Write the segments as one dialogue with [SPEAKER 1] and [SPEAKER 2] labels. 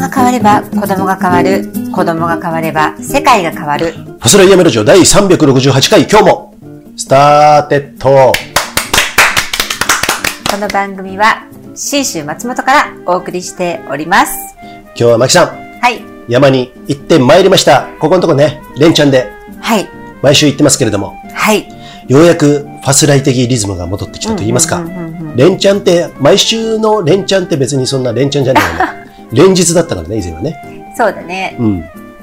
[SPEAKER 1] が変われば子供が変わる子供が変われば世界が変わる
[SPEAKER 2] ハスライヤメラジオ第368回今日もスターテッド
[SPEAKER 1] この番組は信州松本からお送りしております
[SPEAKER 2] 今日はマキさん
[SPEAKER 1] はい
[SPEAKER 2] 山に行ってまいりましたここのとこねレンチャンで
[SPEAKER 1] はい
[SPEAKER 2] 毎週行ってますけれども
[SPEAKER 1] はい
[SPEAKER 2] ようやくファスライ的リズムが戻ってきたと言いますか
[SPEAKER 1] うんうんうんうんうん
[SPEAKER 2] レンチャンって毎週のレンチャンって別にそんなレンチャンじゃないよね連日だったからね以前はね
[SPEAKER 1] そうだね
[SPEAKER 2] うん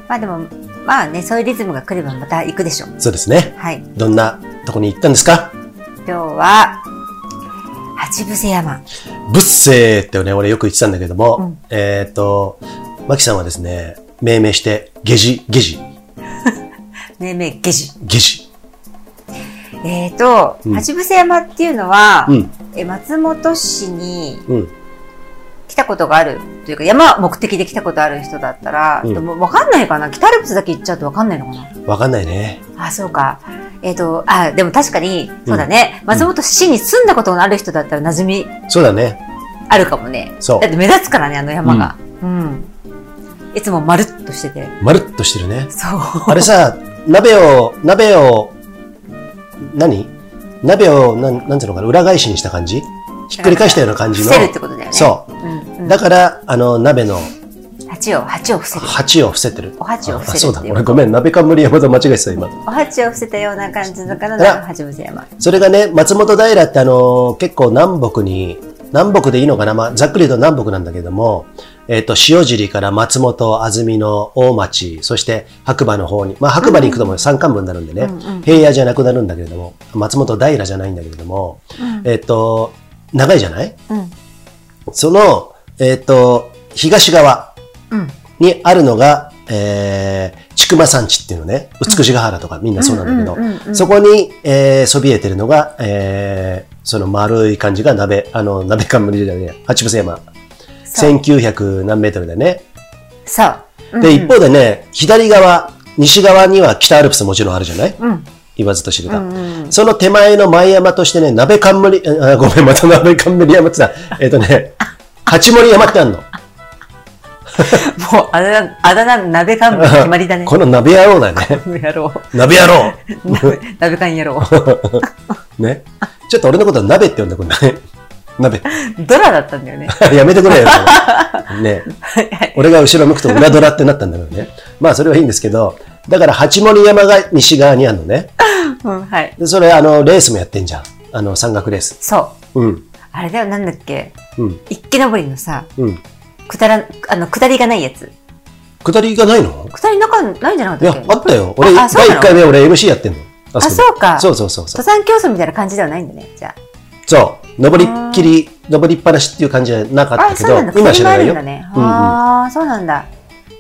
[SPEAKER 1] まあでもまあねそういうリズムが来ればまた行くでしょう
[SPEAKER 2] そうですね
[SPEAKER 1] はい
[SPEAKER 2] どんなとこに行ったんですか
[SPEAKER 1] 今日は八伏山
[SPEAKER 2] ブッセーってね、俺よく言ってたんだけども、
[SPEAKER 1] うん
[SPEAKER 2] えっ、と、マキさんはですね、命名して、ゲジ、ゲジ、
[SPEAKER 1] 命名下地
[SPEAKER 2] ゲジ。
[SPEAKER 1] えーと、
[SPEAKER 2] うん
[SPEAKER 1] 八伏山っていうのは、
[SPEAKER 2] うん、
[SPEAKER 1] え松本市に
[SPEAKER 2] うん、
[SPEAKER 1] 来たことがあるというか山目的で来たことある人だったら、
[SPEAKER 2] うん
[SPEAKER 1] でも分かんないかな北アルプスだけ行っちゃうと分かんないのか
[SPEAKER 2] わかんないね。
[SPEAKER 1] なあそうかえっ、とあでも確かにそうだね、松本市に住んだことのある人だったら馴染み
[SPEAKER 2] そうだね。
[SPEAKER 1] あるかもね
[SPEAKER 2] そう
[SPEAKER 1] だって目立つからねあの山がうん、いつもまるっとしてて
[SPEAKER 2] まるっとしてるね。
[SPEAKER 1] そう
[SPEAKER 2] あれさ、 鍋を、鍋を、何鍋を、なん、なんていうのかな、裏返しにした感じひっくり返したような感じ
[SPEAKER 1] 伏
[SPEAKER 2] の。
[SPEAKER 1] せるってことだよね、
[SPEAKER 2] そう
[SPEAKER 1] うんう
[SPEAKER 2] う。
[SPEAKER 1] ん、
[SPEAKER 2] だから、あの、鍋の
[SPEAKER 1] 鉢を鉢を伏せる
[SPEAKER 2] 鉢を伏せてる。
[SPEAKER 1] お鉢を伏せる
[SPEAKER 2] あそうだ
[SPEAKER 1] っ。ていう
[SPEAKER 2] 俺ごめん、鍋かむり山田間違えてた、今。
[SPEAKER 1] お鉢を伏せたような感じのから
[SPEAKER 2] あら
[SPEAKER 1] の八伏山
[SPEAKER 2] それがね、松本平ってあのー結構南北に、南北でいいのかな、まあ、ざっくり言うと南北なんだけども、えっ、と、塩尻から松本、安曇野、大町、そして白馬の方に、まあ白馬に行くともう山間部になるんでね、
[SPEAKER 1] うんうん
[SPEAKER 2] 平野じゃなくなるんだけれども、松本平じゃないんだけれども、えっ、と、長いじゃない
[SPEAKER 1] うん
[SPEAKER 2] その、えっ、と、東側
[SPEAKER 1] うん
[SPEAKER 2] にあるのが、えー、千曲山地っていうのね、美しが原とかみんなそうなんだけど、
[SPEAKER 1] うんうんうんうん
[SPEAKER 2] そこに、えーそびえてるのが、えーその丸い感じが鍋、あの、鍋冠じゃねえや、八伏山。
[SPEAKER 1] そう
[SPEAKER 2] 1900何メートルだよね。
[SPEAKER 1] そううんう
[SPEAKER 2] で、
[SPEAKER 1] ん
[SPEAKER 2] 一方でね、左側、西側には北アルプスもちろんあるじゃない
[SPEAKER 1] うん
[SPEAKER 2] 言わずと知れ
[SPEAKER 1] う
[SPEAKER 2] た。
[SPEAKER 1] んうん
[SPEAKER 2] その手前の前山としてね、鍋冠、あごめん、また鍋冠山ってさ、 えっ、とね、八森山ってあんの。
[SPEAKER 1] もうあだ名、あだ名、鍋缶の決まりだね。
[SPEAKER 2] この鍋野郎だよ ね。
[SPEAKER 1] やろ
[SPEAKER 2] 鍋野郎
[SPEAKER 1] う。鍋鍋缶やろう。
[SPEAKER 2] ね。ちょっと俺のことは鍋って呼んでくんない鍋。
[SPEAKER 1] ドラだったんだよね。
[SPEAKER 2] やめて くれよ。ね。俺が後ろ向くと裏ドラってなったんだけどね。まあそれはいいんですけど、だから八森山が西側にあるのね。
[SPEAKER 1] うん、はい。
[SPEAKER 2] で、それあの、レースもやってんじゃん。あの、山岳レース。
[SPEAKER 1] そう。
[SPEAKER 2] うん。
[SPEAKER 1] あれだよ、なんだっけ。
[SPEAKER 2] うん。
[SPEAKER 1] 一気登りのさ、
[SPEAKER 2] うん。
[SPEAKER 1] 下ら、あの、下りがないやつ。
[SPEAKER 2] 下りがないの
[SPEAKER 1] 下りなんかないんじゃないか
[SPEAKER 2] や
[SPEAKER 1] ったっ、け
[SPEAKER 2] あったよ。俺、
[SPEAKER 1] あ
[SPEAKER 2] 第
[SPEAKER 1] そうなの
[SPEAKER 2] 1回目俺 MC やってんの。あこで
[SPEAKER 1] あそうか
[SPEAKER 2] そうそうそうそう
[SPEAKER 1] 登。山競争みたいな感じではないんだね、じゃ
[SPEAKER 2] そう。登りっきり、登りっぱなしっていう感じじゃなかっ
[SPEAKER 1] あ。
[SPEAKER 2] た
[SPEAKER 1] あ、
[SPEAKER 2] け
[SPEAKER 1] そう
[SPEAKER 2] ど
[SPEAKER 1] なんだ。、
[SPEAKER 2] 今は知
[SPEAKER 1] 車
[SPEAKER 2] ら
[SPEAKER 1] あ
[SPEAKER 2] ない
[SPEAKER 1] るん
[SPEAKER 2] よ。
[SPEAKER 1] だね。
[SPEAKER 2] うんうん
[SPEAKER 1] ああ、そうなんだ。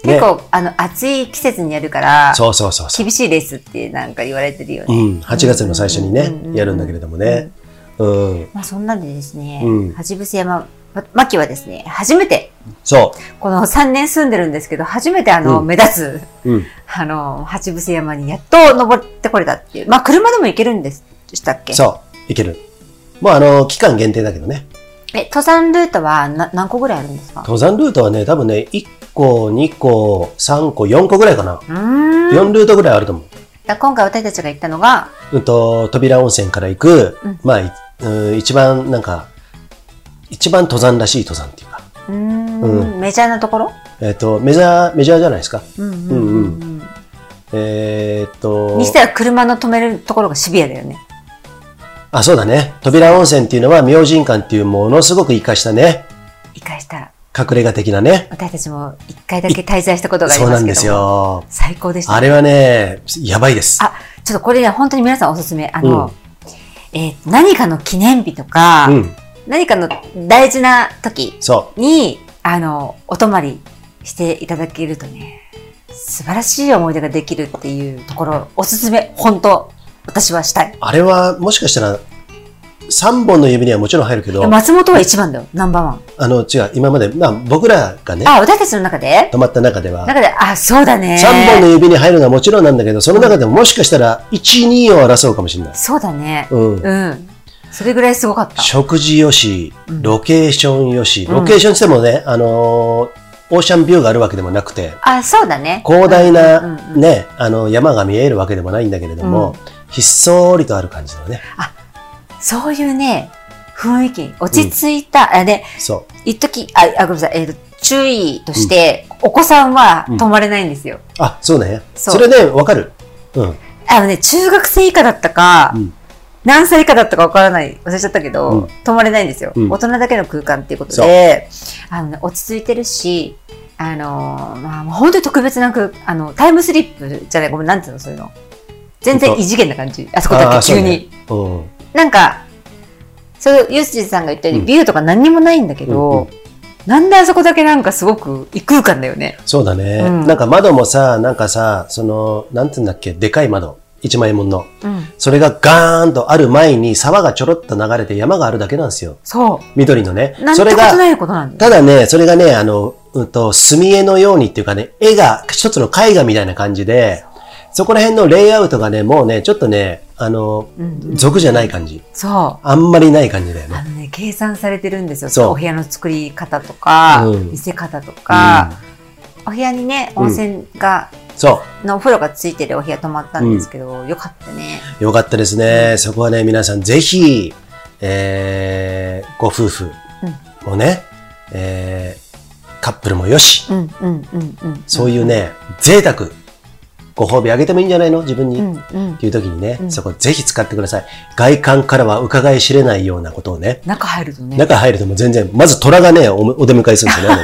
[SPEAKER 1] 結構、あの、暑い季節にやるから、
[SPEAKER 2] そうそうそうそう。
[SPEAKER 1] 厳しいレースってなんか言われてるよ
[SPEAKER 2] う
[SPEAKER 1] ね。
[SPEAKER 2] ん、8月の最初にね
[SPEAKER 1] うんうんうんう、ん
[SPEAKER 2] やるんだけれどもね。うん、
[SPEAKER 1] まあ、そんなんでですね
[SPEAKER 2] うん、
[SPEAKER 1] 八伏山、ま牧はですね、初めて、
[SPEAKER 2] そ
[SPEAKER 1] この3年住んでるんですけど、初めてあの、
[SPEAKER 2] うん
[SPEAKER 1] 目立つ、
[SPEAKER 2] う。うん。
[SPEAKER 1] あの、八伏山にやっと登ってこれたっていう。まあ、車でも行けるんです、したっけ
[SPEAKER 2] そう。いける。もうあの、期間限定だけどね。
[SPEAKER 1] え、登山ルートはな何個ぐらいあるんですか
[SPEAKER 2] 登山ルートはね、多分ね、1個、2個、3個、4個ぐらいかな。
[SPEAKER 1] うーん。
[SPEAKER 2] 4ルートぐらいあると思う。
[SPEAKER 1] だ今回私たちが行ったのが、
[SPEAKER 2] うんと、扉温泉から行く
[SPEAKER 1] うん、
[SPEAKER 2] まあい、うん一番なんか、一番登山らしい登山っていうか。
[SPEAKER 1] うーん,、、
[SPEAKER 2] うん
[SPEAKER 1] メジャーなところ
[SPEAKER 2] えっと、メジャー、メジャーじゃないですか。
[SPEAKER 1] うんうん
[SPEAKER 2] うんえーっと、
[SPEAKER 1] にしては車の止めるところがシビアだよね。
[SPEAKER 2] あ、そうだね。扉温泉っていうのは、明神館っていうものすごく活かしたね、
[SPEAKER 1] 一回した。
[SPEAKER 2] 隠れ家的なね、
[SPEAKER 1] 私たちも一回だけ滞在したことがあり
[SPEAKER 2] そう
[SPEAKER 1] ま
[SPEAKER 2] な
[SPEAKER 1] す
[SPEAKER 2] ん
[SPEAKER 1] け
[SPEAKER 2] で
[SPEAKER 1] ど
[SPEAKER 2] す
[SPEAKER 1] も。
[SPEAKER 2] よ。
[SPEAKER 1] 最高でした。
[SPEAKER 2] あれはね、やばいです。
[SPEAKER 1] あ、ちょっとこれね、本当に皆さんおすすめ。あ
[SPEAKER 2] うん
[SPEAKER 1] の、えー何かの記念日とか、
[SPEAKER 2] うん、
[SPEAKER 1] 何かの大事な時
[SPEAKER 2] そ。。
[SPEAKER 1] に、あの、お泊まりしていただけるとね、素晴らしい思い出ができるっていうところ、おすすめ、本当私はしたいう
[SPEAKER 2] あれは、もしかしたら、3本の指にはもちろん入るけど、
[SPEAKER 1] 松本は一番だよ、ナンバーワン。
[SPEAKER 2] あの、違う、今まで、まあ、僕らがね、
[SPEAKER 1] あ、私たちの中で
[SPEAKER 2] 泊まった中では、
[SPEAKER 1] 中で、あ、そうだね。
[SPEAKER 2] 3本の指に入るのはもちろんなんだけど、その中でももしかしたら、1、2を争うかもしれない。
[SPEAKER 1] そうだね。
[SPEAKER 2] うん。
[SPEAKER 1] うん。それぐらいすごかった。
[SPEAKER 2] 食事よし
[SPEAKER 1] う、ん
[SPEAKER 2] ロケーションよし、
[SPEAKER 1] うん
[SPEAKER 2] ロケーションしてもね、あのーオーシャンビューがあるわけでもなくて、
[SPEAKER 1] あ、そうだね。
[SPEAKER 2] 広大
[SPEAKER 1] うん
[SPEAKER 2] な
[SPEAKER 1] うんうんうん
[SPEAKER 2] ね、あの山が見えるわけでもないんだけれども、ひっそりとある感じのね。
[SPEAKER 1] そういうね、雰囲気、落ち着いた、あね、
[SPEAKER 2] そ
[SPEAKER 1] 一時あ、あ、ごめんなさい、えーと、注意として、お子さんは
[SPEAKER 2] うん
[SPEAKER 1] 泊まれないんですよ。
[SPEAKER 2] う。あ、そうね。
[SPEAKER 1] そう
[SPEAKER 2] それね、わかる。うん。
[SPEAKER 1] あのね、中学生以下だったか、
[SPEAKER 2] うん
[SPEAKER 1] 何歳以下だったかわからない、忘れちゃったけど、
[SPEAKER 2] うん
[SPEAKER 1] 泊まれないんですよ、
[SPEAKER 2] うん
[SPEAKER 1] 大人だけの空間っていうことで、あのね、落ち着いてるし、あのーまあ、もう本当に特別な空あの、タイムスリップじゃない、ごめん、なんていうの、そういうの。全然異次元な感じ、あそこ
[SPEAKER 2] あ
[SPEAKER 1] だ
[SPEAKER 2] ー
[SPEAKER 1] け急に。
[SPEAKER 2] うん。
[SPEAKER 1] なんか、そう、ユースジさんが言ったように、
[SPEAKER 2] うん
[SPEAKER 1] ビューとか何にもないんだけど、
[SPEAKER 2] うんうん
[SPEAKER 1] なんであそこだけなんかすごく異空間だよね。
[SPEAKER 2] そうだね、
[SPEAKER 1] うん
[SPEAKER 2] なんか窓もさ、なんかさ、その、なんて言うんだっけ、でかい窓。一万円もんの。
[SPEAKER 1] うん。
[SPEAKER 2] それがガーンとある前に沢がちょろっと流れて山があるだけなんですよ。
[SPEAKER 1] そ
[SPEAKER 2] 緑のね
[SPEAKER 1] う。。なんて
[SPEAKER 2] そ
[SPEAKER 1] こ
[SPEAKER 2] れ
[SPEAKER 1] と
[SPEAKER 2] が、
[SPEAKER 1] ないことなんだよ。
[SPEAKER 2] ただね、それがね、あの、うんと、墨絵のようにっていうかね、絵が一つの絵画みたいな感じで、そこら辺のレイアウトがね、もうね、ちょっとね、あの、
[SPEAKER 1] うんうん
[SPEAKER 2] 俗じゃない感じ。
[SPEAKER 1] そう。
[SPEAKER 2] あんまりない感じだよ
[SPEAKER 1] あ
[SPEAKER 2] ね。
[SPEAKER 1] のね、計算されてるんですよ。
[SPEAKER 2] そう
[SPEAKER 1] お部屋の作り方とか、
[SPEAKER 2] うん
[SPEAKER 1] 見せ方とか、お部屋にね、温泉が、
[SPEAKER 2] うんそ
[SPEAKER 1] のお風呂がついてるお部屋泊まったんですけど、よかったね。
[SPEAKER 2] う。よかったですね。そこはね、皆さんぜひ、えー、ご夫婦もね、えー、カップルもよし、
[SPEAKER 1] うんうんうんうん。
[SPEAKER 2] そういうね、贅沢、ご褒美あげてもいいんじゃないの自分に。
[SPEAKER 1] うんうん
[SPEAKER 2] っていう時にね、
[SPEAKER 1] うん
[SPEAKER 2] そこぜひ使ってください。外観からは伺い知れないようなことをね、
[SPEAKER 1] 中入るとね、
[SPEAKER 2] 中入るともう全然、まず虎がね、おお出迎えするんですよね、あの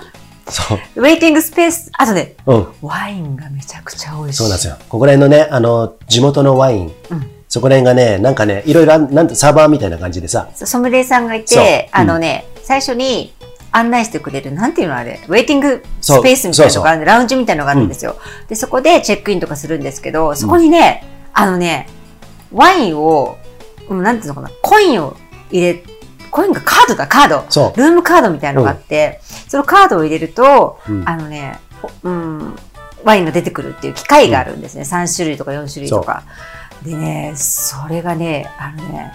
[SPEAKER 2] ね そう。
[SPEAKER 1] ウェイティングスペース、あとね、
[SPEAKER 2] うん、
[SPEAKER 1] ワインがめちゃくちゃ美味しい。
[SPEAKER 2] そうなんですよ。ここら辺のね、あの、地元のワイン、
[SPEAKER 1] うん
[SPEAKER 2] そこら辺がね、なんかね、いろいろあん、なんてサーバーみたいな感じでさ、
[SPEAKER 1] ソムリエさんがい
[SPEAKER 2] そう
[SPEAKER 1] て、
[SPEAKER 2] うん
[SPEAKER 1] あのね、最初に案内してくれる、なんていうのあれ、ウェイティング
[SPEAKER 2] そう
[SPEAKER 1] スペースみたいなのがあるラウンジみたいなのがあるんですよ。で、そこでチェックインとかするんですけど、そこにね、あのね、ワインを、うんなんていうのかな、コインを入れ、コインがカードだ、カード。
[SPEAKER 2] そ
[SPEAKER 1] ルームカードみたいなのがあって、そのカードを入れると、
[SPEAKER 2] う。うん
[SPEAKER 1] あのね、ほうん、ワインが出てくるっていう機械があるんですね。3種類とか4種類とか。でね、それがね、あのね、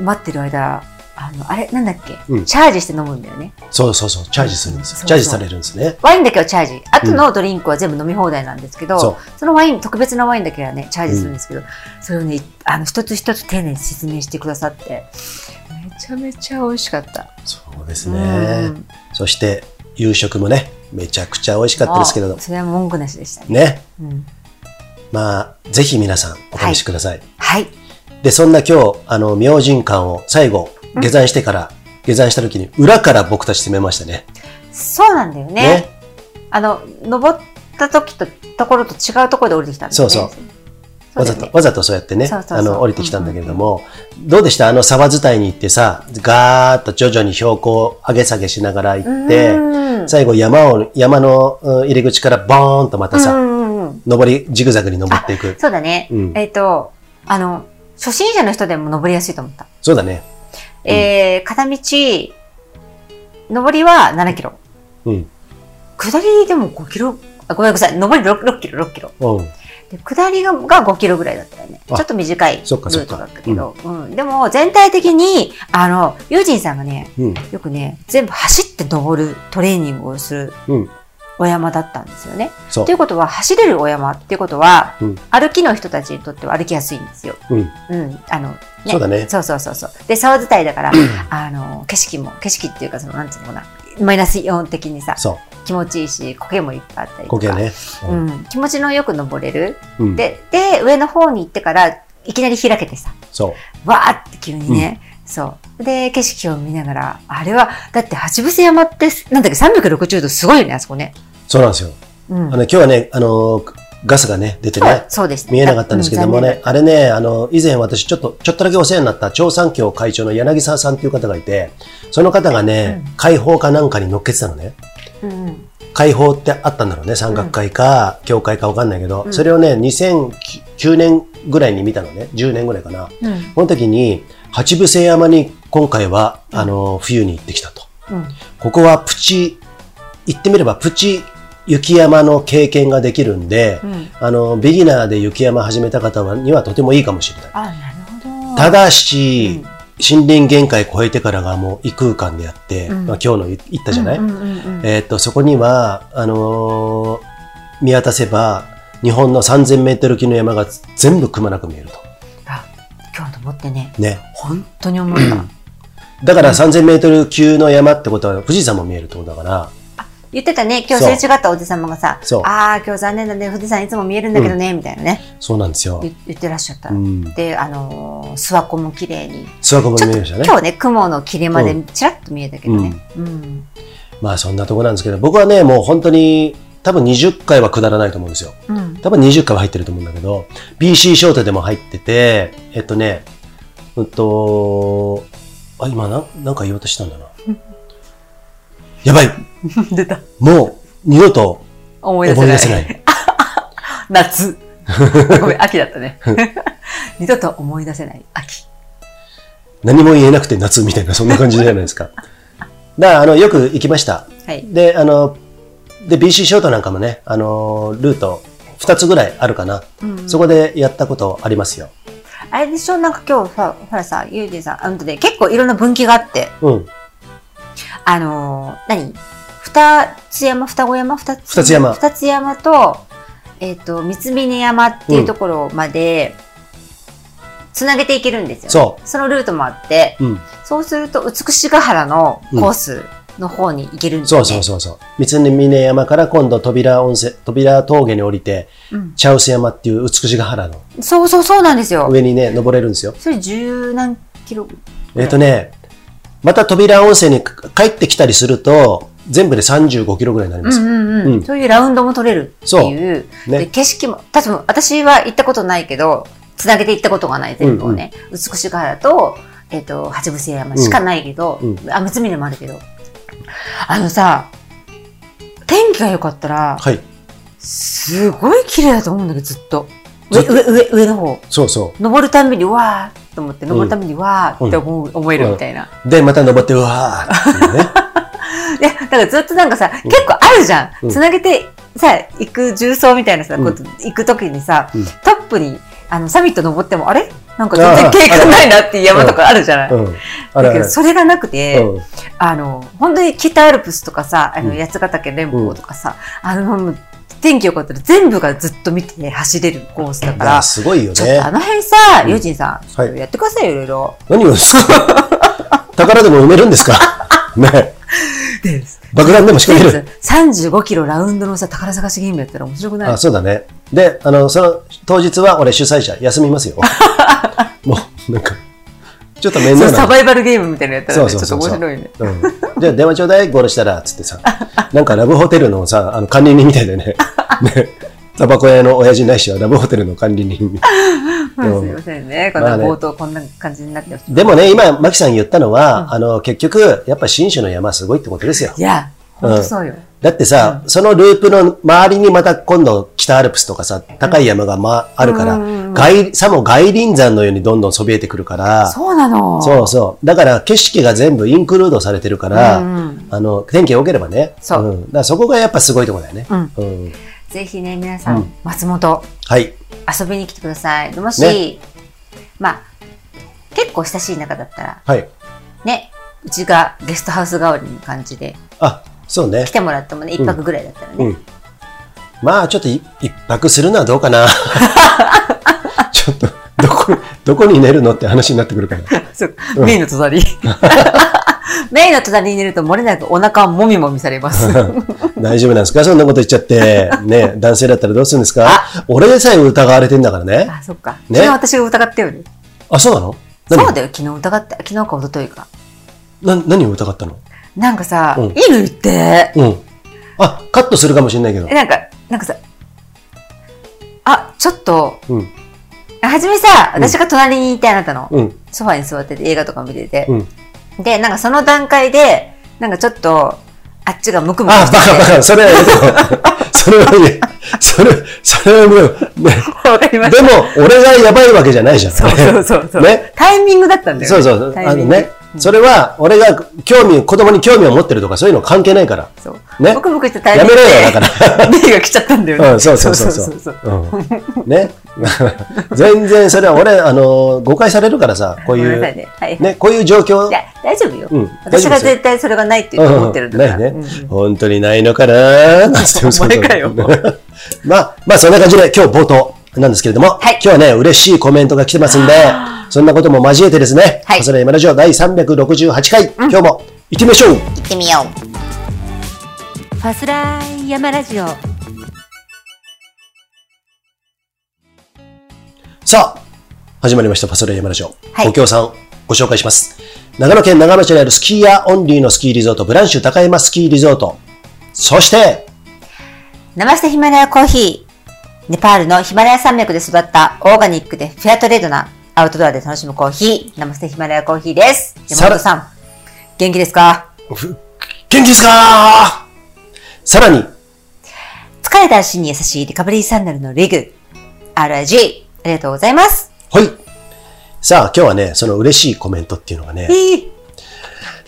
[SPEAKER 1] 待ってる間、あの、あれ、なんだっけ、
[SPEAKER 2] うん
[SPEAKER 1] チャージして飲むんだよね。
[SPEAKER 2] そうそうそう、チャージするんですよ
[SPEAKER 1] そうそう
[SPEAKER 2] チャージされるんですね。
[SPEAKER 1] ワインだけはチャージ。あとのドリンクは全部飲み放題なんですけど、
[SPEAKER 2] そ
[SPEAKER 1] そのワイン、特別なワインだけはね、チャージするんですけど、それをね、あの、一つ一つ丁寧に説明してくださって、めちゃめちゃ美味しかった。
[SPEAKER 2] う。そうです
[SPEAKER 1] う
[SPEAKER 2] ね。
[SPEAKER 1] ん
[SPEAKER 2] そして、夕食もね、めちゃくちゃ美味しかったですけれど
[SPEAKER 1] もう、それは文句なしでしたね。
[SPEAKER 2] ね。
[SPEAKER 1] うん
[SPEAKER 2] まあ、ぜひ皆さん、お試しください。
[SPEAKER 1] はい。
[SPEAKER 2] で、そんな今日、あの、明神館を最後、
[SPEAKER 1] うん
[SPEAKER 2] 下山してから、下山した時に裏から僕たち攻めましたね。
[SPEAKER 1] そうなんだよね。あの、登った時と、ところと違うところで降りてきたんだよね。
[SPEAKER 2] そう
[SPEAKER 1] そう
[SPEAKER 2] わ
[SPEAKER 1] だ
[SPEAKER 2] ざ
[SPEAKER 1] よね
[SPEAKER 2] と、わざとそうやってね、
[SPEAKER 1] そうそうそう
[SPEAKER 2] あの、降りてきたんだけれども、どうでしたあの沢伝いに行ってさ、ガーッと徐々に標高を上げ下げしながら行って、
[SPEAKER 1] うん
[SPEAKER 2] 最後山を、山のうん入り口からボーンとまた
[SPEAKER 1] うん
[SPEAKER 2] さ、
[SPEAKER 1] うんうん
[SPEAKER 2] 登り、ジグザグに登っていく。
[SPEAKER 1] そうだね。
[SPEAKER 2] うん
[SPEAKER 1] えっ、と、あの、初心者の人でも登りやすいと思った。
[SPEAKER 2] そうだね。うん
[SPEAKER 1] えー、片道、登りは7キロ。
[SPEAKER 2] うん。
[SPEAKER 1] 下りでも5キロ、あごめんなさい、登り 6, 6キロ、6キロ。
[SPEAKER 2] うん。
[SPEAKER 1] で下りがが5キロぐらいだったよね。ちょ
[SPEAKER 2] あ
[SPEAKER 1] っと短いル
[SPEAKER 2] そっかそっ
[SPEAKER 1] ー
[SPEAKER 2] か
[SPEAKER 1] トだったけど。うん。でも、全体的に、あの、ユージンさんがね、
[SPEAKER 2] うん。
[SPEAKER 1] よくね、全部走って登るトレーニングをする
[SPEAKER 2] うん。
[SPEAKER 1] お山だったんですよね。
[SPEAKER 2] そう
[SPEAKER 1] とい。うことは、走れるお山っていうことは、
[SPEAKER 2] うん
[SPEAKER 1] 歩きの人たちにとっては歩きやすいんですよ。
[SPEAKER 2] うん。
[SPEAKER 1] うん。あの、ね、
[SPEAKER 2] そうだね
[SPEAKER 1] そうそうそうそう。で、沢伝いだ から、あの、景色も、景色っていうか、その、なんていうのかな、マイナスイオン的にさ、
[SPEAKER 2] そ
[SPEAKER 1] 気持ちいいし、苔もいっぱいあったり
[SPEAKER 2] う。
[SPEAKER 1] とか。
[SPEAKER 2] 苔ね。
[SPEAKER 1] うん。気持ちのよく登れる。
[SPEAKER 2] うん。うん
[SPEAKER 1] で、で、上の方に行ってから、いきなり開けてさ、
[SPEAKER 2] そう。
[SPEAKER 1] わーって急にね、そう。で、景色を見ながら、あれは、だって八伏山って、なんだっけ、360度すごいよね、あそこね。
[SPEAKER 2] そうなんですよ。
[SPEAKER 1] うん。
[SPEAKER 2] あの、今日はね、あの、ガスがね、出て
[SPEAKER 1] そう
[SPEAKER 2] ね、
[SPEAKER 1] そうでした。
[SPEAKER 2] 見えなかったんですけども
[SPEAKER 1] うん。残念
[SPEAKER 2] ね、あれね、あの、以前私ちょっと、ちょっとだけお世話になった、長三協会長の柳沢さんっていう方がいて、その方がね、
[SPEAKER 1] うん
[SPEAKER 2] 解放かなんかに乗っけてたのね。
[SPEAKER 1] うんうん
[SPEAKER 2] 解放ってあったんだろうね。山岳会か、教会かわかんないけど、
[SPEAKER 1] うん
[SPEAKER 2] それをね、2009年ぐらいに見たのね。10年ぐらいかな。
[SPEAKER 1] うん。
[SPEAKER 2] この時に、八伏山に今回は、
[SPEAKER 1] うん
[SPEAKER 2] あの、冬に行ってきたと。
[SPEAKER 1] うん。
[SPEAKER 2] ここはプチ、言ってみればプチ雪山の経験ができるんで、
[SPEAKER 1] うん。
[SPEAKER 2] あの、ビギナーで雪山始めた方はにはとてもいいかもしれない。
[SPEAKER 1] あ、なるほど。
[SPEAKER 2] ただし、
[SPEAKER 1] うん
[SPEAKER 2] 森林限界超えてからがもう異空間であって、
[SPEAKER 1] うん
[SPEAKER 2] まあ、今日の言ったじゃない、
[SPEAKER 1] うんうんうんうん
[SPEAKER 2] えーっと、そこには、あのー見渡せば、日本の3000メートル級の山が全部くまなく見えると。
[SPEAKER 1] 今日と思ってね、
[SPEAKER 2] ね。
[SPEAKER 1] 本当に思った。
[SPEAKER 2] だから3000メートル級の山ってことは富士山も見えるってことだから、
[SPEAKER 1] 言ってたね、今日すれ違ったおじさまがさ
[SPEAKER 2] そう、
[SPEAKER 1] ああ、今日残念だね、富士山いつも見えるんだけどね、みたいなね、
[SPEAKER 2] そうなんですよ。
[SPEAKER 1] 言言ってらっしゃった
[SPEAKER 2] う。ん。
[SPEAKER 1] で、あのー、諏訪湖も綺麗に。
[SPEAKER 2] 諏訪湖も
[SPEAKER 1] ち
[SPEAKER 2] 見
[SPEAKER 1] ょっ
[SPEAKER 2] え
[SPEAKER 1] と
[SPEAKER 2] ましたね。
[SPEAKER 1] 今日ね、雲の切れまで
[SPEAKER 2] う
[SPEAKER 1] ちらっと見えたけどね。うん。
[SPEAKER 2] まあそんなとこなんですけど、僕はね、もう本当に多分20回は下らないと思うんですよ。
[SPEAKER 1] うん。
[SPEAKER 2] 多分20回は入ってると思うんだけど、BC ショートでも入ってて、えっとね、うんと、あ、今な、なんか言おうとしたんだな。やばい
[SPEAKER 1] 出た。
[SPEAKER 2] もう二度と
[SPEAKER 1] 思い
[SPEAKER 2] 思い
[SPEAKER 1] 出せな
[SPEAKER 2] 出
[SPEAKER 1] い。
[SPEAKER 2] せない。
[SPEAKER 1] 夏。 ごめん、秋だった ね。二度と思い出せない秋。
[SPEAKER 2] 何も言えなくて夏みたいな、そんな感じじゃないですか。だから、あの、よく行きました。
[SPEAKER 1] はい。
[SPEAKER 2] で、あの、で、BC ショートなんかもね、あの、ルート2つぐらいあるかな。
[SPEAKER 1] うん
[SPEAKER 2] そこでやったことありますよ。
[SPEAKER 1] あれでしょなんか今日さ、ほらさ、ゆうじさん、あのね、結構いろんな分岐があって、
[SPEAKER 2] うん。
[SPEAKER 1] あのー、何二つ山、双子山、二つ
[SPEAKER 2] 二つ山
[SPEAKER 1] 二つ山と、えっ、と、三峰山っていうところまで、つなげていけるんですよ、。
[SPEAKER 2] そう
[SPEAKER 1] そのルートもあって、
[SPEAKER 2] うん、
[SPEAKER 1] そうすると、美しが原のコースの方に行けるんです
[SPEAKER 2] そ
[SPEAKER 1] よ、ね
[SPEAKER 2] うそうそうそう。三峰山から今度扉温泉、扉峠に降りて、
[SPEAKER 1] うん
[SPEAKER 2] 茶臼山っていう美しが原の
[SPEAKER 1] そうそうそうなんですよ。
[SPEAKER 2] 上にね、登れるんですよ。
[SPEAKER 1] それ十何キロ
[SPEAKER 2] えっ、とね、また扉温泉に帰ってきたりすると、全部で35キロぐらいになり
[SPEAKER 1] う
[SPEAKER 2] ます。
[SPEAKER 1] んうんうん
[SPEAKER 2] うん
[SPEAKER 1] そういうラウンドも取れるっていう
[SPEAKER 2] そうね
[SPEAKER 1] で景色も多分私は行ったことないけどつなげて行ったことがない全部をね、美しが原と,、えっと八伏山しかないけど、
[SPEAKER 2] うん
[SPEAKER 1] あ六峰もあるけどあのさ天気が良かったら
[SPEAKER 2] はい。
[SPEAKER 1] すごい綺麗だと思うんだけどずっと
[SPEAKER 2] ず
[SPEAKER 1] 上
[SPEAKER 2] っと
[SPEAKER 1] 上上上の方
[SPEAKER 2] そうそ
[SPEAKER 1] 登るたんびにわーっと思って登るたんびにわーって思う、思えるみたいな、
[SPEAKER 2] う。で、また登って、うわーって いうね。
[SPEAKER 1] で、だからずっとなんかさ、
[SPEAKER 2] うん
[SPEAKER 1] 結構あるじゃ
[SPEAKER 2] うん
[SPEAKER 1] ん。つなげてさ、行く重曹みたいなさ、
[SPEAKER 2] うん
[SPEAKER 1] こと行くときにさ、
[SPEAKER 2] うん
[SPEAKER 1] トップにあのサミット登っても、あれなんか全然景
[SPEAKER 2] ああ
[SPEAKER 1] 観ないなっていう山とかあるじゃない。
[SPEAKER 2] うん。あれ
[SPEAKER 1] だ
[SPEAKER 2] あ
[SPEAKER 1] け
[SPEAKER 2] れ
[SPEAKER 1] ど、。それがなくて、
[SPEAKER 2] うん
[SPEAKER 1] あの、本当に北アルプスとかさ、あ
[SPEAKER 2] う
[SPEAKER 1] の、
[SPEAKER 2] ん
[SPEAKER 1] 八ヶ岳連峰とかさ、あの、もう天気良かったら全部がずっと見て走れるコースだか
[SPEAKER 2] まあ
[SPEAKER 1] ら、
[SPEAKER 2] すごいよ
[SPEAKER 1] ちょっとあ
[SPEAKER 2] ね。
[SPEAKER 1] の辺さ、
[SPEAKER 2] うん
[SPEAKER 1] ユージンさん、ちょっとやってくださいよ、いろいろ。
[SPEAKER 2] 何をですか 宝でも埋めるんですか ね。爆弾でも仕掛ける。
[SPEAKER 1] 35キロラウンドのさ、宝探しゲームやったら面白くない
[SPEAKER 2] あ、そうだね。で、あの、その、当日は俺主催者、休 みますよ。もう、なんか、ちょっと面
[SPEAKER 1] そ
[SPEAKER 2] 倒
[SPEAKER 1] うサ
[SPEAKER 2] な。
[SPEAKER 1] バイバルゲームみたいなのやったら、ね、
[SPEAKER 2] そうそうそうそう
[SPEAKER 1] ちょっと面白いね。
[SPEAKER 2] うん、じゃあ電話ちょうだい、ゴールしたら、つっ てさ、なんかラブホテルのさ、あの管理人みたいでね、ね、タバコ屋の親父ないしはラブホテルの管理人みたい
[SPEAKER 1] はい
[SPEAKER 2] うん
[SPEAKER 1] すいませんね。こん
[SPEAKER 2] ま
[SPEAKER 1] な
[SPEAKER 2] あね
[SPEAKER 1] 冒頭こんな感じになってます。
[SPEAKER 2] な。でもね、今、マキさん言ったのは、
[SPEAKER 1] うん
[SPEAKER 2] あの、結局、やっぱ新種の山すごいってことですよ
[SPEAKER 1] い。や、ほんとそうよ。
[SPEAKER 2] だってさ、そのループの周りにまた今度北アルプスとかさ、高い山が、まあるから、
[SPEAKER 1] うんうんうん
[SPEAKER 2] 外さも外輪山のようにどんどんそびえてくるから、
[SPEAKER 1] そうなの。
[SPEAKER 2] そうそう。だから景色が全部インクルードされてるから、
[SPEAKER 1] うんうん
[SPEAKER 2] あの、天気良ければね。
[SPEAKER 1] そうん
[SPEAKER 2] だからそこがやっぱすごいとこだよね。
[SPEAKER 1] うん
[SPEAKER 2] うん
[SPEAKER 1] ぜひね、皆さん、
[SPEAKER 2] うん
[SPEAKER 1] 松本、
[SPEAKER 2] はい。
[SPEAKER 1] 遊びに来てください。もし、
[SPEAKER 2] ね
[SPEAKER 1] まあ、結構親しい仲だったら、
[SPEAKER 2] はい。
[SPEAKER 1] ね、うちがゲストハウス代わりの感じで
[SPEAKER 2] あ、そうね
[SPEAKER 1] 来。てもらってもね、一泊ぐらいだったらね。
[SPEAKER 2] うん。まあ、ちょっとい一泊するのはどう かな。ちょっと、どこ、どこに寝るのって話になってくるから。
[SPEAKER 1] そう
[SPEAKER 2] うん
[SPEAKER 1] メインの隣。 メインの隣にいると漏れなくお腹はもみもみされます。
[SPEAKER 2] 大丈夫なんですかそんなこと言っちゃって。ね、男性だったらどうするんですか俺でさえ疑われてんだからね。
[SPEAKER 1] あ、そっか。
[SPEAKER 2] ね
[SPEAKER 1] 昨日私が疑ったよね。
[SPEAKER 2] あ、そうなの何
[SPEAKER 1] そうだよ、昨日疑った。昨日か一昨日か。
[SPEAKER 2] な何を疑ったの
[SPEAKER 1] なんかさ、
[SPEAKER 2] うん
[SPEAKER 1] 犬って、
[SPEAKER 2] うん。あ、カットするかもしれないけど
[SPEAKER 1] え。なんか、なんかさ、あ、ちょっと、
[SPEAKER 2] うん。
[SPEAKER 1] はじめさ、私が隣にいてあなたの、
[SPEAKER 2] うん。
[SPEAKER 1] ソファに座ってて映画とか見てて
[SPEAKER 2] う、ん。
[SPEAKER 1] で、なんかその段階で、なんかちょっと、あっちがムクムク
[SPEAKER 2] あ、バカバ
[SPEAKER 1] て
[SPEAKER 2] カ、それはや めとこうそれはね、それ、それはもう、ね、
[SPEAKER 1] て、 わかりまし
[SPEAKER 2] でも、俺がやばいわけじゃないじゃん。
[SPEAKER 1] た。そうそうそうそう、
[SPEAKER 2] ね
[SPEAKER 1] タイミングだったんだよね。
[SPEAKER 2] そうそうそう
[SPEAKER 1] タイミング
[SPEAKER 2] あのねそれは、俺が興味、子供に興味を持ってるとか、そういうの関係ないから。
[SPEAKER 1] そう。
[SPEAKER 2] ね
[SPEAKER 1] 僕もこうやって
[SPEAKER 2] やめろよ、だから。
[SPEAKER 1] ビリが来ちゃったんだよね。
[SPEAKER 2] うん、そうそうそうそう。うんね。 全然それは俺、あの、誤解されるからさ、こう
[SPEAKER 1] ごめん
[SPEAKER 2] いう、
[SPEAKER 1] なさいね。はい。
[SPEAKER 2] ね、こういう状況
[SPEAKER 1] い。や、大丈夫よ。
[SPEAKER 2] うん大
[SPEAKER 1] 私
[SPEAKER 2] 丈夫で
[SPEAKER 1] が
[SPEAKER 2] すよ
[SPEAKER 1] 絶対それがないって言って思ってるんだから。
[SPEAKER 2] ないね、
[SPEAKER 1] うん
[SPEAKER 2] 本当にないのかなーなんつって 嘘
[SPEAKER 1] お前かよ
[SPEAKER 2] まあ、まあそんな感じで今日冒頭なんですけれども、
[SPEAKER 1] はい
[SPEAKER 2] 今日はね、嬉しいコメントが来てますんで、そんなことも交えてですね、
[SPEAKER 1] はい
[SPEAKER 2] それ今ラジオ第368回、今日も行ってみましょう
[SPEAKER 1] 行ってみよう。ファスライ山ラジオ。
[SPEAKER 2] さあ、始まりましたパソレイヤマラジオ。
[SPEAKER 1] はい
[SPEAKER 2] お経さん、ご紹介します。長野県長野市にあるスキーヤーオンリーのスキーリゾート、ブランシュ高山スキーリゾート。そして、
[SPEAKER 1] ナマステヒマラヤコーヒー。ネパールのヒマラヤ山脈で育ったオーガニックでフェアトレードなアウトドアで楽しむコーヒー。ナマステヒマラヤコーヒーです。
[SPEAKER 2] さ
[SPEAKER 1] 山
[SPEAKER 2] ら
[SPEAKER 1] 本さん、元気ですか
[SPEAKER 2] 元気ですかさらに、
[SPEAKER 1] 疲れた足に優しいリカバリーサンダルのリグ。RIG。ありがとうございます。
[SPEAKER 2] はい。さあ、今日はね、その嬉しいコメントっていうのがね、
[SPEAKER 1] いい